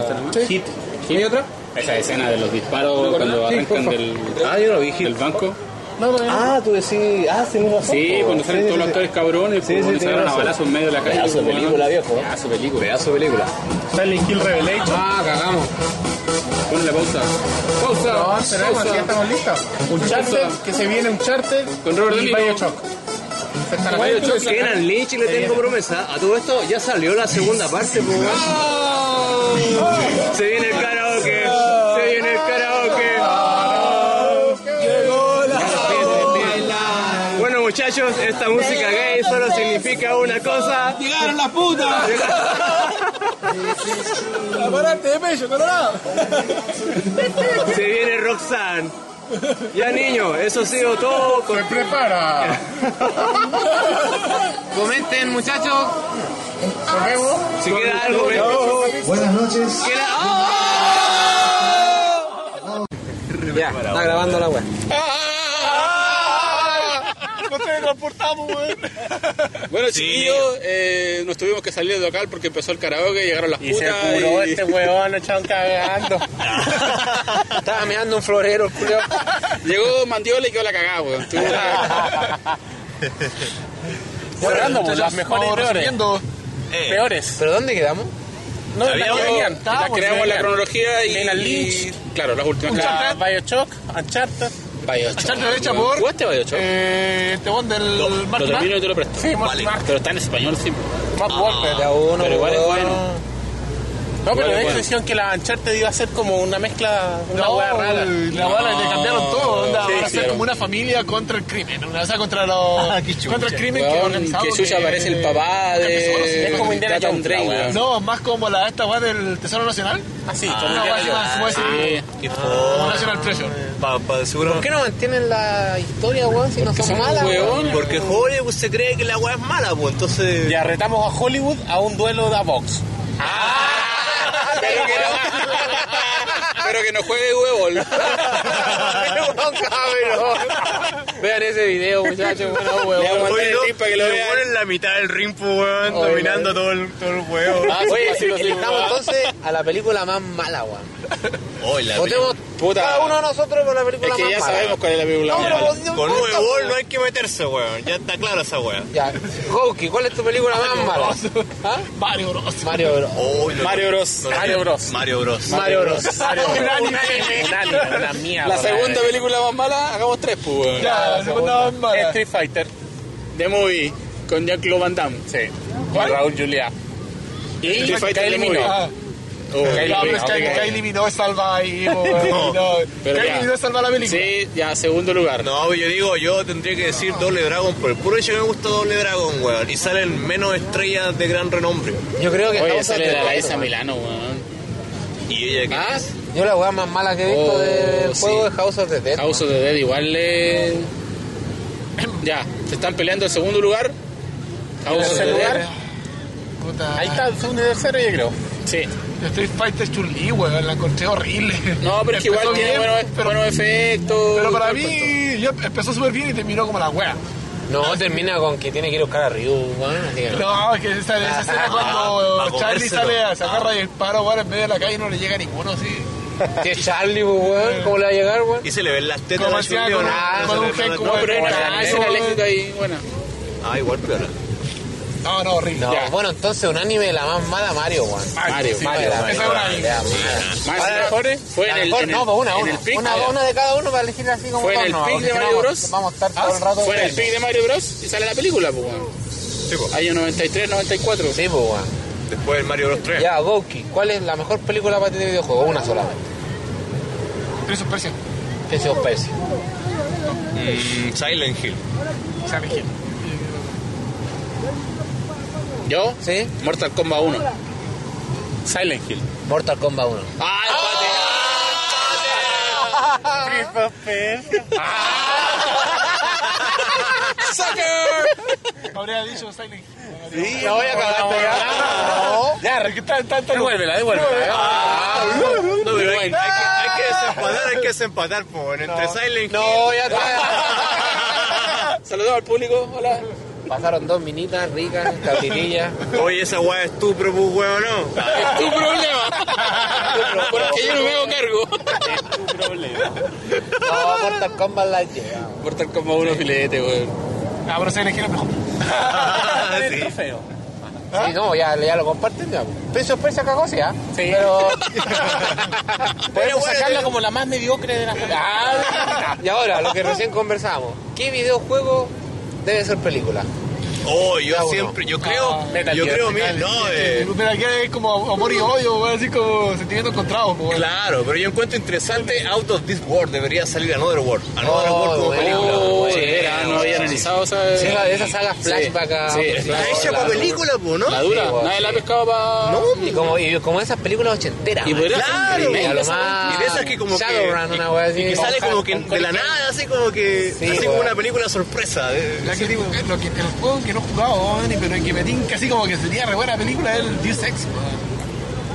Speaker 3: Hit.
Speaker 6: ¿Y otra? Esa escena de los disparos cuando arrancan del,
Speaker 1: Ah, yo no vi Hit.
Speaker 6: del banco.
Speaker 3: No, no, no.
Speaker 1: Ah, tú decís, ah, tenés razón.
Speaker 6: Sí,
Speaker 1: po.
Speaker 6: cuando salen
Speaker 1: Sí, sí,
Speaker 6: todos los
Speaker 1: sí.
Speaker 6: actores cabrones,
Speaker 1: Sí,
Speaker 6: pues,
Speaker 1: sí,
Speaker 6: cuando se
Speaker 1: tiene
Speaker 6: agarran a
Speaker 1: razón.
Speaker 6: balazos en medio de la calle.
Speaker 1: Pedazo de
Speaker 6: pues,
Speaker 1: película, viejo.
Speaker 6: Pedazo de película.
Speaker 1: Pedazo de película.
Speaker 3: Silent Hill Revelation.
Speaker 6: Ah, cagamos. Ponle pausa. Pausa.
Speaker 3: No, esperemos,
Speaker 6: pausa.
Speaker 3: si ya estamos listos. Un charter, que se viene un charter.
Speaker 6: Con Robert
Speaker 3: y
Speaker 6: De Niro.
Speaker 3: Bioshock. Se están
Speaker 6: Bueno,
Speaker 3: haciendo.
Speaker 6: choca.
Speaker 1: Kenan Lynch le tengo promesa. A todo esto ya salió la segunda parte, po, weón. ¡Oh! Se viene el karaoke. Se viene el karaoke. Llegó la hora. Bueno muchachos, esta música gay solo significa una cosa.
Speaker 5: ¡Llegaron las putas!
Speaker 4: Aparate de pecho, colorado.
Speaker 1: Se viene Roxanne. Ya niño, eso ha sido todo.
Speaker 3: Se prepara.
Speaker 5: Comenten, muchachos.
Speaker 3: Nos vemos.
Speaker 1: Si queda algo, ven.
Speaker 9: Buenas noches.
Speaker 1: Queda- ¡Oh!
Speaker 5: Ya, está grabando la web.
Speaker 6: Bueno, chiquillos, eh, nos tuvimos que salir de local porque empezó el karaoke, llegaron las putas. y-
Speaker 1: Este
Speaker 3: weón, lo echaron cagando.
Speaker 5: Estaba meando un florero, Julio.
Speaker 6: Llegó Mandiola y quedó la cagada, weón. Estuvo-
Speaker 4: Cerrando, pues,
Speaker 3: muchachos,
Speaker 4: las mejores y
Speaker 3: vamos
Speaker 4: peores.
Speaker 3: resumiendo.
Speaker 1: Eh,
Speaker 4: Peores.
Speaker 5: ¿Pero dónde quedamos?
Speaker 4: No, las
Speaker 1: habíamos-
Speaker 4: que venían.
Speaker 3: estábamos,
Speaker 4: Las creamos la
Speaker 3: venían.
Speaker 4: cronología y.
Speaker 3: Lena Lynch.
Speaker 4: Claro, las últimas. La
Speaker 3: Uncharted.
Speaker 4: Bioshock, Uncharted.
Speaker 5: Bioshock.
Speaker 3: Echar derecha por
Speaker 4: ¿Jugaste Bioshock?
Speaker 3: eh, este one del
Speaker 4: Lo-
Speaker 3: Mark
Speaker 4: Lo termino
Speaker 3: Mark.
Speaker 4: y te lo presto.
Speaker 3: Sí, Mark Mark.
Speaker 4: Pero está en español, sí.
Speaker 3: Mark Wahlberg.
Speaker 5: Era uno,
Speaker 4: Pero igual es
Speaker 5: weón.
Speaker 4: bueno.
Speaker 10: No, pero
Speaker 4: Igual,
Speaker 10: de hecho
Speaker 4: bueno.
Speaker 10: decían que la Uncharted iba a ser como una mezcla, una
Speaker 3: No,
Speaker 10: hueá rara.
Speaker 3: la bala le cambiaron todo. onda,
Speaker 4: Sí,
Speaker 3: van a ser
Speaker 4: claro.
Speaker 3: como una familia contra el crimen. una- O sea, contra, los, contra el crimen que
Speaker 5: Weón,
Speaker 3: organizado.
Speaker 5: que Xuxa aparece el papá de-
Speaker 3: Es como
Speaker 5: Indiana
Speaker 4: Jonathan
Speaker 5: Jones,
Speaker 4: Drake,
Speaker 5: la
Speaker 4: weón.
Speaker 3: No, más como la esta va del Tesoro Nacional.
Speaker 10: Así,
Speaker 5: Ah,
Speaker 3: Una
Speaker 10: como
Speaker 3: weá
Speaker 10: que
Speaker 3: así más, como decir, National Treasure.
Speaker 1: pa, pa- seguro.
Speaker 5: ¿Por qué no mantienen la historia, weón, si no son malas? weón?
Speaker 1: Porque Hollywood se cree que la weá es mala, pues entonces.
Speaker 10: Ya retamos a Hollywood a un duelo de box.
Speaker 5: Ah.
Speaker 4: Pero que no. Pero que no juegue huevo.
Speaker 5: Vean ese video, muchachos. Bueno, weón.
Speaker 4: vamos a mandar el
Speaker 1: no,
Speaker 4: link para que lo
Speaker 1: se
Speaker 4: vean.
Speaker 1: pone en la mitad del ring, pues, weón,
Speaker 5: Oye,
Speaker 1: dominando
Speaker 5: la-
Speaker 1: todo el, todo el juego.
Speaker 5: Ah, sí,
Speaker 4: Oye,
Speaker 5: sí, sí, sí,
Speaker 4: estamos
Speaker 5: weón. entonces a la película más mala, weón.
Speaker 1: Oye, la
Speaker 5: Votemos
Speaker 4: Puta.
Speaker 5: cada uno de nosotros por la película
Speaker 4: Es que
Speaker 5: más
Speaker 4: ya
Speaker 5: mala.
Speaker 4: sabemos cuál es la película.
Speaker 5: No, pero vos-
Speaker 1: Con
Speaker 5: vos-
Speaker 1: un gol no hay que meterse, weón. Ya está clara esa weá.
Speaker 5: Ya, Hawkeye, ¿cuál es tu película más mala? ¿Ah?
Speaker 3: Mario Bros.
Speaker 5: Mario Bros.
Speaker 1: Oh, no,
Speaker 4: Mario Bros.
Speaker 1: no, no,
Speaker 4: Mario Bros.
Speaker 1: Mario Bros.
Speaker 5: Mario Bros.
Speaker 4: La segunda película más mala, hagamos tres, pues. weón.
Speaker 3: Ya, la segunda bala.
Speaker 4: Street Fighter. The Movie. Con Jean-Claude Van Damme. Sí. Con Raúl Julia. Y Street Fighter
Speaker 3: Kylie
Speaker 4: The Movie.
Speaker 3: Minogue. Ah,
Speaker 4: Oh, Kylie
Speaker 3: no, pero
Speaker 4: Minogue,
Speaker 3: es que
Speaker 4: ok.
Speaker 3: Kylie Minogue salva ahí, po, weón, no.
Speaker 4: pero
Speaker 3: Kylie
Speaker 4: ya.
Speaker 3: Minogue salva la película.
Speaker 4: Sí, ya, segundo lugar.
Speaker 1: No, yo digo, yo tendría que decir Doble Dragon, por el puro hecho que me gusta Doble Dragon, weón. Y salen menos estrellas de gran renombre.
Speaker 5: Yo creo que
Speaker 4: Oye,
Speaker 5: estamos
Speaker 4: sale la
Speaker 5: ante-
Speaker 4: Raíza Milano, weón.
Speaker 1: Y ella que.
Speaker 5: ¿Ah? Yo la weá más mala que he visto
Speaker 4: Oh,
Speaker 5: del
Speaker 4: sí.
Speaker 5: juego de House of the Dead.
Speaker 4: House of the Dead, eh, igual le... Ya, se están peleando el segundo lugar. House of the Dead.
Speaker 3: Puta.
Speaker 10: Ahí está, el segundo y tercero, yo creo.
Speaker 4: Sí.
Speaker 3: Street Fighter Chun-Li, weón, la encontré horrible.
Speaker 4: No, pero es que igual
Speaker 3: Empezó
Speaker 4: tiene
Speaker 3: bien,
Speaker 4: buenos,
Speaker 3: pero,
Speaker 4: buenos efectos.
Speaker 3: pero para
Speaker 4: Tal cual.
Speaker 3: mí, yo empezó súper bien y terminó como la wea.
Speaker 5: No, termina con que tiene que ir a buscar a Ryu, weón. así que-
Speaker 3: No, es que esa,
Speaker 4: Ah,
Speaker 3: esa escena cuando
Speaker 1: va a
Speaker 3: Charlie
Speaker 1: comérselo.
Speaker 3: sale a sacar el disparo, weón, en medio de la calle y no le llega ninguno así.
Speaker 5: Que es Charlie, pues, weón. ¿Cómo le va a llegar, weón?
Speaker 1: Y se le ven las tetas
Speaker 3: Como
Speaker 1: a la
Speaker 3: decía,
Speaker 1: Chun-Li, ¿o
Speaker 3: con-
Speaker 1: no?
Speaker 3: con
Speaker 1: Se
Speaker 3: un
Speaker 1: le ven
Speaker 3: gen
Speaker 1: las
Speaker 3: como
Speaker 4: No,
Speaker 1: tetas.
Speaker 4: pero es una
Speaker 3: Ay,
Speaker 4: escena
Speaker 3: weón.
Speaker 4: eléctrica ahí, buena.
Speaker 1: Ah, igual, piola.
Speaker 3: No, no, horrible.
Speaker 5: No,
Speaker 3: Ya.
Speaker 5: bueno, entonces un anime de la más mala, Mario, weón.
Speaker 4: Mario,
Speaker 3: sí,
Speaker 4: Mario,
Speaker 3: esa
Speaker 4: Mario.
Speaker 3: es una-
Speaker 5: La mala.
Speaker 4: Más
Speaker 5: Ahora,
Speaker 4: mejores fue en
Speaker 5: La
Speaker 4: el,
Speaker 5: mejor,
Speaker 4: en el-
Speaker 5: no, pues una,
Speaker 4: en
Speaker 5: una.
Speaker 4: el pic,
Speaker 5: una, una de cada uno para elegir así como
Speaker 4: Fue en
Speaker 5: todos,
Speaker 4: el
Speaker 5: no,
Speaker 4: pic
Speaker 5: porque
Speaker 4: de
Speaker 5: si no
Speaker 4: Mario
Speaker 5: vamos-
Speaker 4: Bros. Ah,
Speaker 5: Vamos a estar todo el rato.
Speaker 4: fue en el pic de Mario Bros y sale la película, pues, weón. Año 93, 94.
Speaker 5: Sí, pues, weón.
Speaker 1: Después el Mario Bros 3.
Speaker 5: Ya, Goki, ¿cuál es la mejor película para ti de videojuego? Una solamente.
Speaker 3: Prince of Persia.
Speaker 5: Prince of Persia.
Speaker 1: Mm, Silent Hill.
Speaker 3: Silent Hill.
Speaker 4: Yo,
Speaker 5: ¿Sí?
Speaker 4: Mortal Kombat 1. Silent Hill.
Speaker 5: Mortal Kombat 1.
Speaker 4: ¡Ah, empate!
Speaker 3: Habría dicho Silent Hill.
Speaker 4: No voy a cagar ya.
Speaker 3: Ya, que está, está, está.
Speaker 4: Devuélvela, devuélvela.
Speaker 1: No, pero hay, hay que, hay que desempatar, hay que desempatar, po, entre Silent Hill.
Speaker 5: No, ya está.
Speaker 4: Saludos al público, hola.
Speaker 5: Pasaron dos minitas ricas, cabritillas.
Speaker 1: Oye, esa weá es tu pues, weón, no.
Speaker 4: Es tu problema. Porque yo no me hago cargo.
Speaker 5: No, Mortal Kombat la lleva.
Speaker 4: Mortal Kombat 1 filete, weón.
Speaker 3: Ah, pero Silent Hill es mejor.
Speaker 1: Ah,
Speaker 5: Sí, no, ya, ya lo comparten ya. Prince of Persia cagó, sí, ¿ah? Pero... Podemos sacarla como la más mediocre de la ah, Y ahora, lo que recién conversamos. ¿Qué videojuego debe ser película?
Speaker 1: Oh, yo
Speaker 5: Ya, uno.
Speaker 1: siempre, yo creo, yo creo, mira, no, eh,
Speaker 3: Pero aquí es como amor y odio, weón, así como sentimientos encontrados, po, weón.
Speaker 1: Claro, pero yo encuentro interesante Out of This World, debería salir Another World. Another
Speaker 5: Oh,
Speaker 1: World como
Speaker 5: bueno,
Speaker 1: película.
Speaker 4: Oh,
Speaker 5: bueno,
Speaker 4: era, no había analizado, ¿sabes?
Speaker 5: Sí, la de esas sagas flashback ah, a-
Speaker 4: Sí,
Speaker 5: Está
Speaker 4: claro,
Speaker 1: Está hecha para
Speaker 4: claro.
Speaker 1: película, po, ¿no?
Speaker 4: La dura,
Speaker 5: Sí, bueno,
Speaker 4: nadie la
Speaker 5: sí.
Speaker 4: pescaba para.
Speaker 5: Y como, y como esas películas ochenteras.
Speaker 4: Y
Speaker 5: man.
Speaker 4: podría
Speaker 1: Claro.
Speaker 4: ser un remake
Speaker 5: A lo
Speaker 4: esa
Speaker 5: más-
Speaker 1: Y de esas que como que-
Speaker 5: Shadowrun, una wea así.
Speaker 1: Y que sale como que de la nada, así como que,
Speaker 5: Sí,
Speaker 1: así como
Speaker 5: weón.
Speaker 1: una película sorpresa. eh.
Speaker 3: La que digo, eh, lo que, el juego que no he jugado, weón, y- pero que me tinca así como que sería re buena película es el Deus Ex, weón.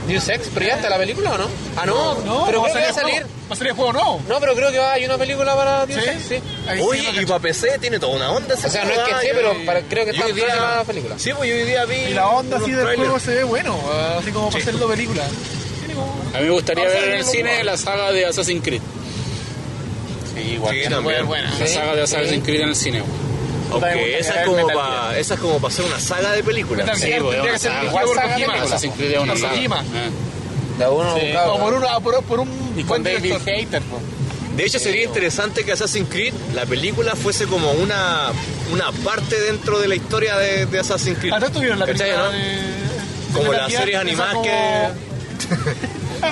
Speaker 5: Deus Ex, pero ya está la película o no? Ah, no, pero
Speaker 3: va
Speaker 5: creo que va a
Speaker 3: el juego.
Speaker 5: salir.
Speaker 3: Va a salir el juego nuevo.
Speaker 5: No, pero creo que va, hay una película para Deus
Speaker 3: ¿Sí?
Speaker 5: Ex, sí.
Speaker 3: Ahí sí,
Speaker 1: Oye,
Speaker 3: lo
Speaker 1: y
Speaker 3: cacho.
Speaker 1: para PC tiene toda una onda. esa
Speaker 5: O sea, no es que
Speaker 1: weá,
Speaker 5: esté,
Speaker 1: yo-
Speaker 5: pero para- creo que
Speaker 1: yo
Speaker 5: está
Speaker 1: hoy día-
Speaker 5: próxima la película.
Speaker 1: Sí, pues yo hoy día vi.
Speaker 3: Y la onda
Speaker 1: unos
Speaker 3: así del
Speaker 1: trailers.
Speaker 3: juego se ve bueno, weón, así como para hacerlo película.
Speaker 4: A mí me gustaría
Speaker 3: Vamos a
Speaker 4: ver en el
Speaker 3: verlo,
Speaker 4: cine
Speaker 3: weón.
Speaker 4: la saga de Assassin's Creed. Sí, igual.
Speaker 1: Sí, también.
Speaker 3: buena.
Speaker 4: La saga de
Speaker 5: Sí.
Speaker 4: Assassin's Creed en el cine. weón.
Speaker 1: Aunque esa es como para esa es como para hacer una saga de películas.
Speaker 4: Sí, pues,
Speaker 11: Tendría
Speaker 4: una
Speaker 11: que ser
Speaker 4: saga.
Speaker 11: igual
Speaker 4: Igual
Speaker 11: saga
Speaker 4: saga
Speaker 11: de
Speaker 4: Kojima,
Speaker 11: películas.
Speaker 4: o sea, se incluiría una saga.
Speaker 11: Kojima.
Speaker 4: Eh.
Speaker 5: Da uno
Speaker 11: O por, una, por, por un
Speaker 4: Y
Speaker 11: buen
Speaker 4: con David
Speaker 11: director.
Speaker 4: Hater, pues.
Speaker 1: De hecho sería interesante que Assassin's Creed, la película fuese como una una parte dentro de la historia de, de Assassin's Creed.
Speaker 11: Acá tuvieron la
Speaker 1: ¿Cachai,
Speaker 11: película
Speaker 1: no?
Speaker 11: de-
Speaker 1: Como
Speaker 11: de
Speaker 1: las
Speaker 11: Gear,
Speaker 1: series
Speaker 11: esa
Speaker 1: animadas
Speaker 11: como-
Speaker 1: que-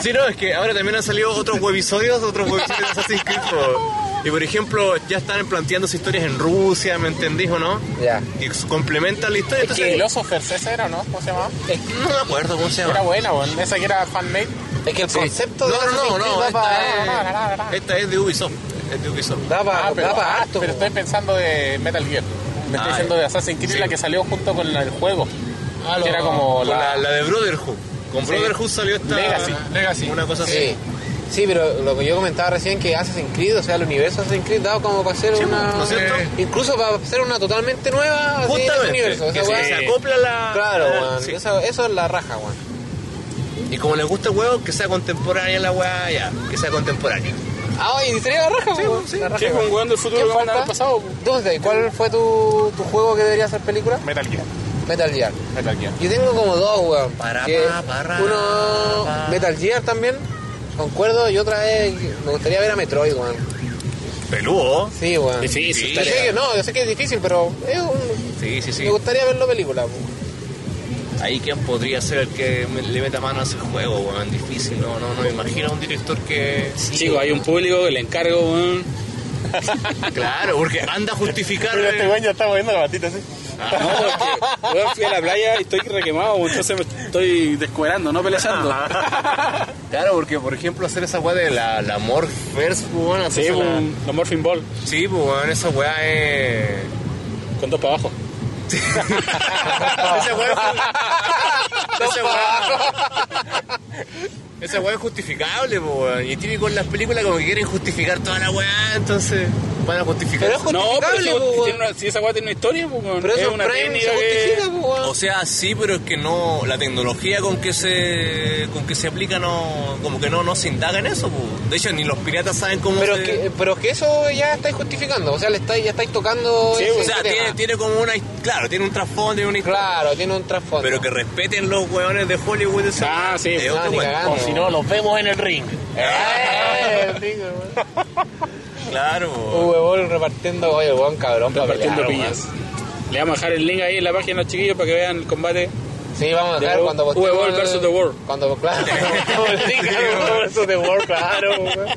Speaker 1: Sí, no, es que ahora también han salido otros webisodios, otros webisodios de Assassin's Creed. po. Y por ejemplo, ya están planteándose historias en Rusia, ¿me entendís o no?
Speaker 5: Ya.
Speaker 1: Y complementan la historia. Entonces,
Speaker 3: Philosopher's ese era, ¿no? ¿Cómo se llamaba?
Speaker 1: no me acuerdo cómo se
Speaker 3: Era
Speaker 1: llama.
Speaker 3: buena, weón. Esa que era fanmade.
Speaker 5: Es que el concepto
Speaker 1: No,
Speaker 5: de
Speaker 1: no,
Speaker 5: Assassin's
Speaker 1: no,
Speaker 5: Creed
Speaker 1: no.
Speaker 5: da
Speaker 1: Esta
Speaker 3: Ah, ah, ah,
Speaker 1: es, esta es de Ubisoft. Es de Ubisoft.
Speaker 5: Da para
Speaker 3: Ah, pero, ah,
Speaker 5: harto.
Speaker 3: pero
Speaker 5: po.
Speaker 3: estoy pensando de Metal Gear. Me estoy
Speaker 1: Ah,
Speaker 3: diciendo de Assassin's Creed,
Speaker 1: sí.
Speaker 3: la que salió junto con la del juego.
Speaker 11: Ah, lo-
Speaker 3: que era como
Speaker 1: Con la,
Speaker 3: la...
Speaker 1: la de Brotherhood. Con
Speaker 3: Sí.
Speaker 1: Brotherhood salió esta.
Speaker 3: Legacy,
Speaker 11: Legacy.
Speaker 1: Una cosa
Speaker 5: Sí.
Speaker 1: así.
Speaker 5: Sí, pero lo que yo comentaba recién que Assassin's Creed, o sea, el universo Assassin's Creed dado como para hacer una...
Speaker 1: ¿no es cierto?
Speaker 5: Incluso para hacer una totalmente nueva así, en ese
Speaker 1: Justamente.
Speaker 5: universo. O sea,
Speaker 1: que se,
Speaker 5: weón,
Speaker 1: se acopla a la.
Speaker 5: Claro,
Speaker 1: a la-
Speaker 5: weón.
Speaker 1: sí.
Speaker 5: Eso, eso es la raja, weón.
Speaker 1: Y como les gusta el huevo, que sea contemporánea la weá, ya. Que sea contemporánea.
Speaker 5: Ah, oye, sería la raja, weón. La raja,
Speaker 3: Sí,
Speaker 5: weón.
Speaker 3: un weón del futuro
Speaker 5: ¿Qué
Speaker 3: que va a
Speaker 5: falta?
Speaker 3: ganar el pasado.
Speaker 5: ¿Dónde? ¿Cuál fue tu, tu juego que debería ser película?
Speaker 3: Metal Gear,
Speaker 5: Metal Gear.
Speaker 3: Metal Gear.
Speaker 5: Yo tengo como dos, weón.
Speaker 1: Para,
Speaker 5: que
Speaker 1: pa, para,
Speaker 5: uno,
Speaker 1: pa.
Speaker 5: Metal Gear también, concuerdo, y otra es, me gustaría ver a Metroid, weón.
Speaker 1: Peludo.
Speaker 5: Sí, weón.
Speaker 1: Difícil,
Speaker 5: Yo sé que no, yo sé que es difícil, pero es un-
Speaker 1: Sí, sí, sí.
Speaker 5: me gustaría verlo película. weón.
Speaker 1: Ahí quién podría ser el que me- le meta mano a ese juego, weón. Difícil, no, no, no. me Imagino a un director que.
Speaker 4: Chicos, hay un público que le encargo, weón.
Speaker 1: Claro, porque anda a justificar.
Speaker 3: Pero este
Speaker 1: eh.
Speaker 3: weón ya está moviendo la patita así.
Speaker 4: No, porque weón, fui a la playa y estoy requemado, weón, entonces me estoy descuerando, no pelezando.
Speaker 11: Ah,
Speaker 1: Claro, porque por ejemplo hacer esa weá de la, la Morphers, weón.
Speaker 4: Sí,
Speaker 1: hacerse la-
Speaker 4: un, los Morphin Ball,
Speaker 1: Sí, pues, weón, esa weá es.
Speaker 4: con dos para abajo.
Speaker 1: esa weá es. esa weá. esa weá es justificable, pues, weón. Y tiene con las películas como que quieren justificar toda la weá, entonces van a justificar.
Speaker 5: Pero es
Speaker 4: No, pero si,
Speaker 5: justificable, po,
Speaker 4: tiene
Speaker 5: weón.
Speaker 4: una- si esa weá tiene una historia, po, weón.
Speaker 5: Pero
Speaker 4: es
Speaker 5: eso
Speaker 4: una
Speaker 5: en Prime
Speaker 4: técnica
Speaker 5: se
Speaker 4: que-
Speaker 5: justifica, po, weón.
Speaker 1: O sea, sí, pero es que no, la tecnología con que se con que se aplica no, como que no, no se indaga en eso. pues. De hecho, ni los piratas saben cómo
Speaker 5: Pero
Speaker 1: se...
Speaker 5: es que, pero es que eso ya estáis justificando, o sea, le estáis, ya estáis tocando.
Speaker 1: Sí,
Speaker 5: ese
Speaker 1: o sea,
Speaker 5: tema.
Speaker 1: tiene, tiene como una... Claro, tiene un trasfondo, tiene una historia.
Speaker 5: Claro, tiene un trasfondo.
Speaker 1: Pero que respeten los hueones de Hollywood. eso
Speaker 4: Ah, sí,
Speaker 1: es
Speaker 4: no,
Speaker 1: otro
Speaker 5: ni
Speaker 1: hueón.
Speaker 5: cagando.
Speaker 3: Si no, los vemos en el ring.
Speaker 5: ¡Eh! Rico, weón.
Speaker 1: Claro.
Speaker 5: Un huevón repartiendo, oye, weón, cabrón, para
Speaker 4: Repartiendo
Speaker 5: pelear,
Speaker 4: piñas. Le vamos a dejar el link ahí en la página, chiquillos, para que vean el combate.
Speaker 5: weón. Sí, vamos a dejar
Speaker 4: De
Speaker 5: cuando
Speaker 4: Hugo-
Speaker 5: postemos
Speaker 4: Hugo Ball
Speaker 5: el-
Speaker 4: versus The World.
Speaker 5: Cuando, pues, claro, cuando- sí, claro, Hugo Ball versus The World, claro, weón.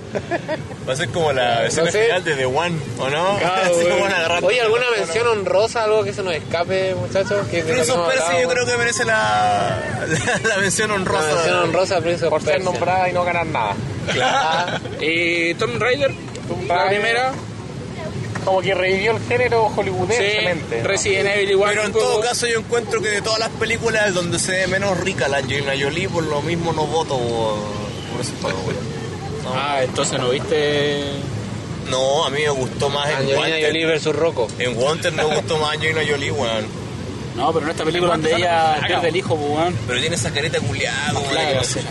Speaker 1: Va a ser como la escena
Speaker 5: sé.
Speaker 1: final de The One, ¿o no?
Speaker 5: Claro,
Speaker 1: Así
Speaker 5: weón.
Speaker 1: como van agarrando-
Speaker 5: Oye, ¿alguna mención honrosa, algo que se nos escape, muchachos? Que
Speaker 1: Prince of Persia yo creo que merece la, la, la mención honrosa.
Speaker 5: Una mención honrosa, Prince of
Speaker 3: Por ser
Speaker 5: Persia.
Speaker 3: nombrada y no ganar nada.
Speaker 5: Ah,
Speaker 4: Eh, Tom Raider, la
Speaker 3: Raider.
Speaker 4: primera.
Speaker 3: Como que revivió el género hollywoodensemente.
Speaker 4: Sí,
Speaker 3: ¿no?
Speaker 4: Resident Evil igual.
Speaker 1: Pero en
Speaker 4: un poco.
Speaker 1: todo caso yo encuentro que de todas las películas donde se ve menos rica la Angelina Jolie, por lo mismo no voto por, por ese juego, weón.
Speaker 4: Ah, entonces no viste.
Speaker 1: No, a mí me gustó más en
Speaker 5: Angelina Jolie
Speaker 1: Wanted.
Speaker 5: versus Rocco.
Speaker 1: En Wanted me gustó más Angelina Jolie, weón.
Speaker 4: No, pero en esta película donde ella pierde el hijo, po, weón.
Speaker 1: Pero tiene esa careta culiada, weón.
Speaker 4: Claro,
Speaker 1: que no
Speaker 4: sí.
Speaker 1: sé.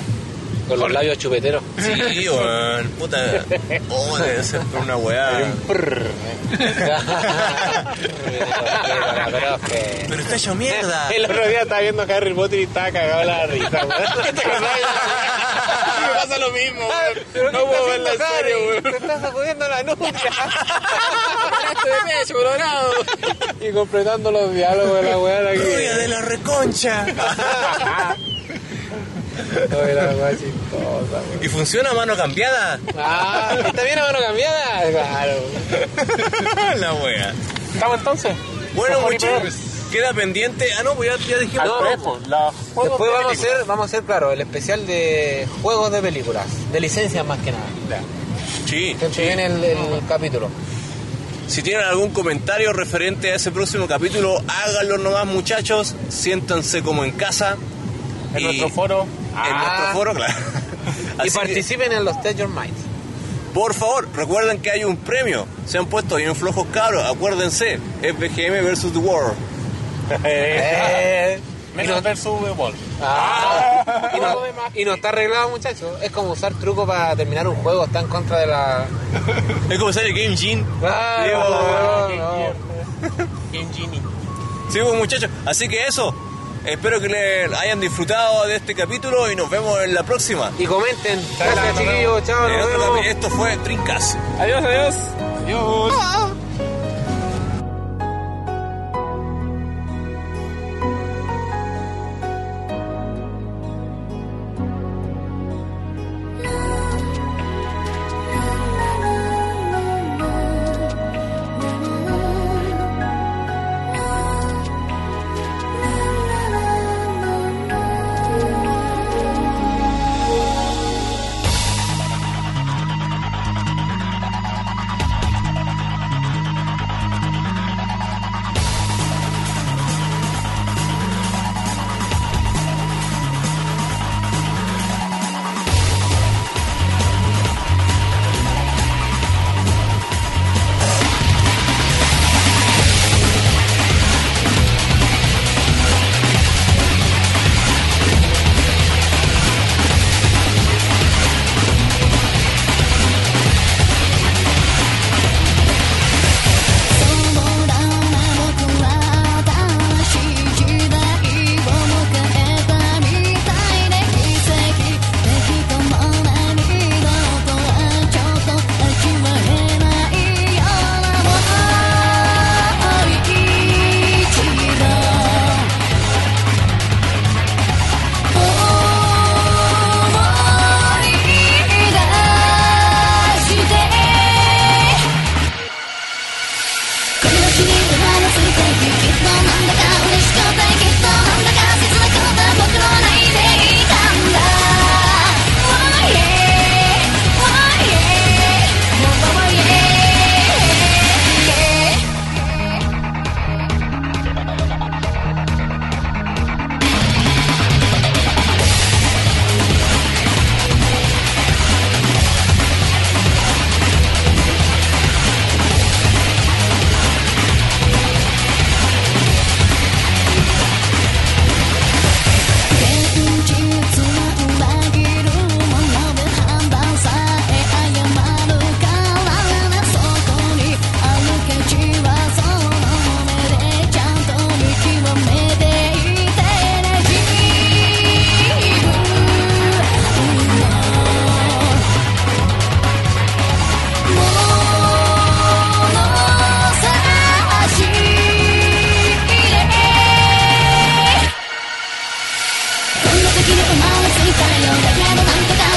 Speaker 5: Con los labios chupeteros.
Speaker 1: Sí, weón. Puta. Oh, debe ser por una weá. Pero está hecho mierda.
Speaker 5: El otro día estaba viendo a Harry Potter y estaba cagado la risa, weón.
Speaker 4: Me pasa lo mismo, weón. No puedo verla en serio, weón.
Speaker 5: Te estás sacudiendo la nuca.
Speaker 4: colorado.
Speaker 5: Y completando los diálogos de la weá la
Speaker 1: Rubia
Speaker 5: que.
Speaker 1: de la reconcha.
Speaker 5: Oye, la weá chistosa, weón.
Speaker 1: y funciona a mano cambiada.
Speaker 5: Ah, ¿está bien a mano cambiada? Claro.
Speaker 1: la wea.
Speaker 3: ¿Estamos entonces?
Speaker 1: Bueno,
Speaker 3: Mejor y
Speaker 1: muchachos. Queda pendiente. Ah, no, pues ya, ya dijimos.
Speaker 3: Al
Speaker 1: No, no,
Speaker 3: cuerpo, la-
Speaker 5: Después
Speaker 3: juegos de
Speaker 5: vamos a
Speaker 3: película.
Speaker 5: hacer, vamos a hacer, claro, el especial de juegos de películas, de licencias más que nada.
Speaker 1: Sí.
Speaker 5: Que viene el, el capítulo.
Speaker 1: Si tienen algún comentario referente a ese próximo capítulo, háganlo nomás, muchachos. Siéntanse como en casa.
Speaker 3: En
Speaker 1: Y-
Speaker 3: nuestro foro.
Speaker 1: en nuestro foro, claro. Así
Speaker 5: y
Speaker 1: que,
Speaker 5: participen en los Test Your Minds.
Speaker 1: por favor, recuerden que hay un premio. Se han puesto bien flojos cabros, acuérdense. Es BGM versus The World.
Speaker 5: Eh.
Speaker 3: Menos versus The Wall.
Speaker 5: Ah. Y, no, y no está arreglado, muchachos. Es como usar truco para terminar un juego. Está en contra de la.
Speaker 1: Es como sale Game Gene.
Speaker 5: Ah,
Speaker 1: Digo,
Speaker 5: no, no.
Speaker 1: Sí, pues muchachos, así que eso. Espero que le hayan disfrutado de este capítulo y nos vemos en la próxima.
Speaker 5: Y comenten. Gracias, chiquillos. Chao,
Speaker 1: Eh,
Speaker 5: nos
Speaker 1: otro
Speaker 5: vemos.
Speaker 1: capi- Esto fue Trincas.
Speaker 5: Adiós, adiós.
Speaker 9: 「そのらな僕は新しい時代を求めて」「みたいで奇跡」「敵とも何事とはちょっと味わえないようなもの」「一度思い出して」この君を話すたびきっとなんだか嬉しかったきっとなんだか切なかった僕のないでいたんだ Oh yeah Oh yeah Oh yeah Yeah 現実は裏切るもので判断さえ誤るからそこにある価値はその目でちゃんと見極めていてね自分のもの探しでこんな時に生まれついたよだけどなんとか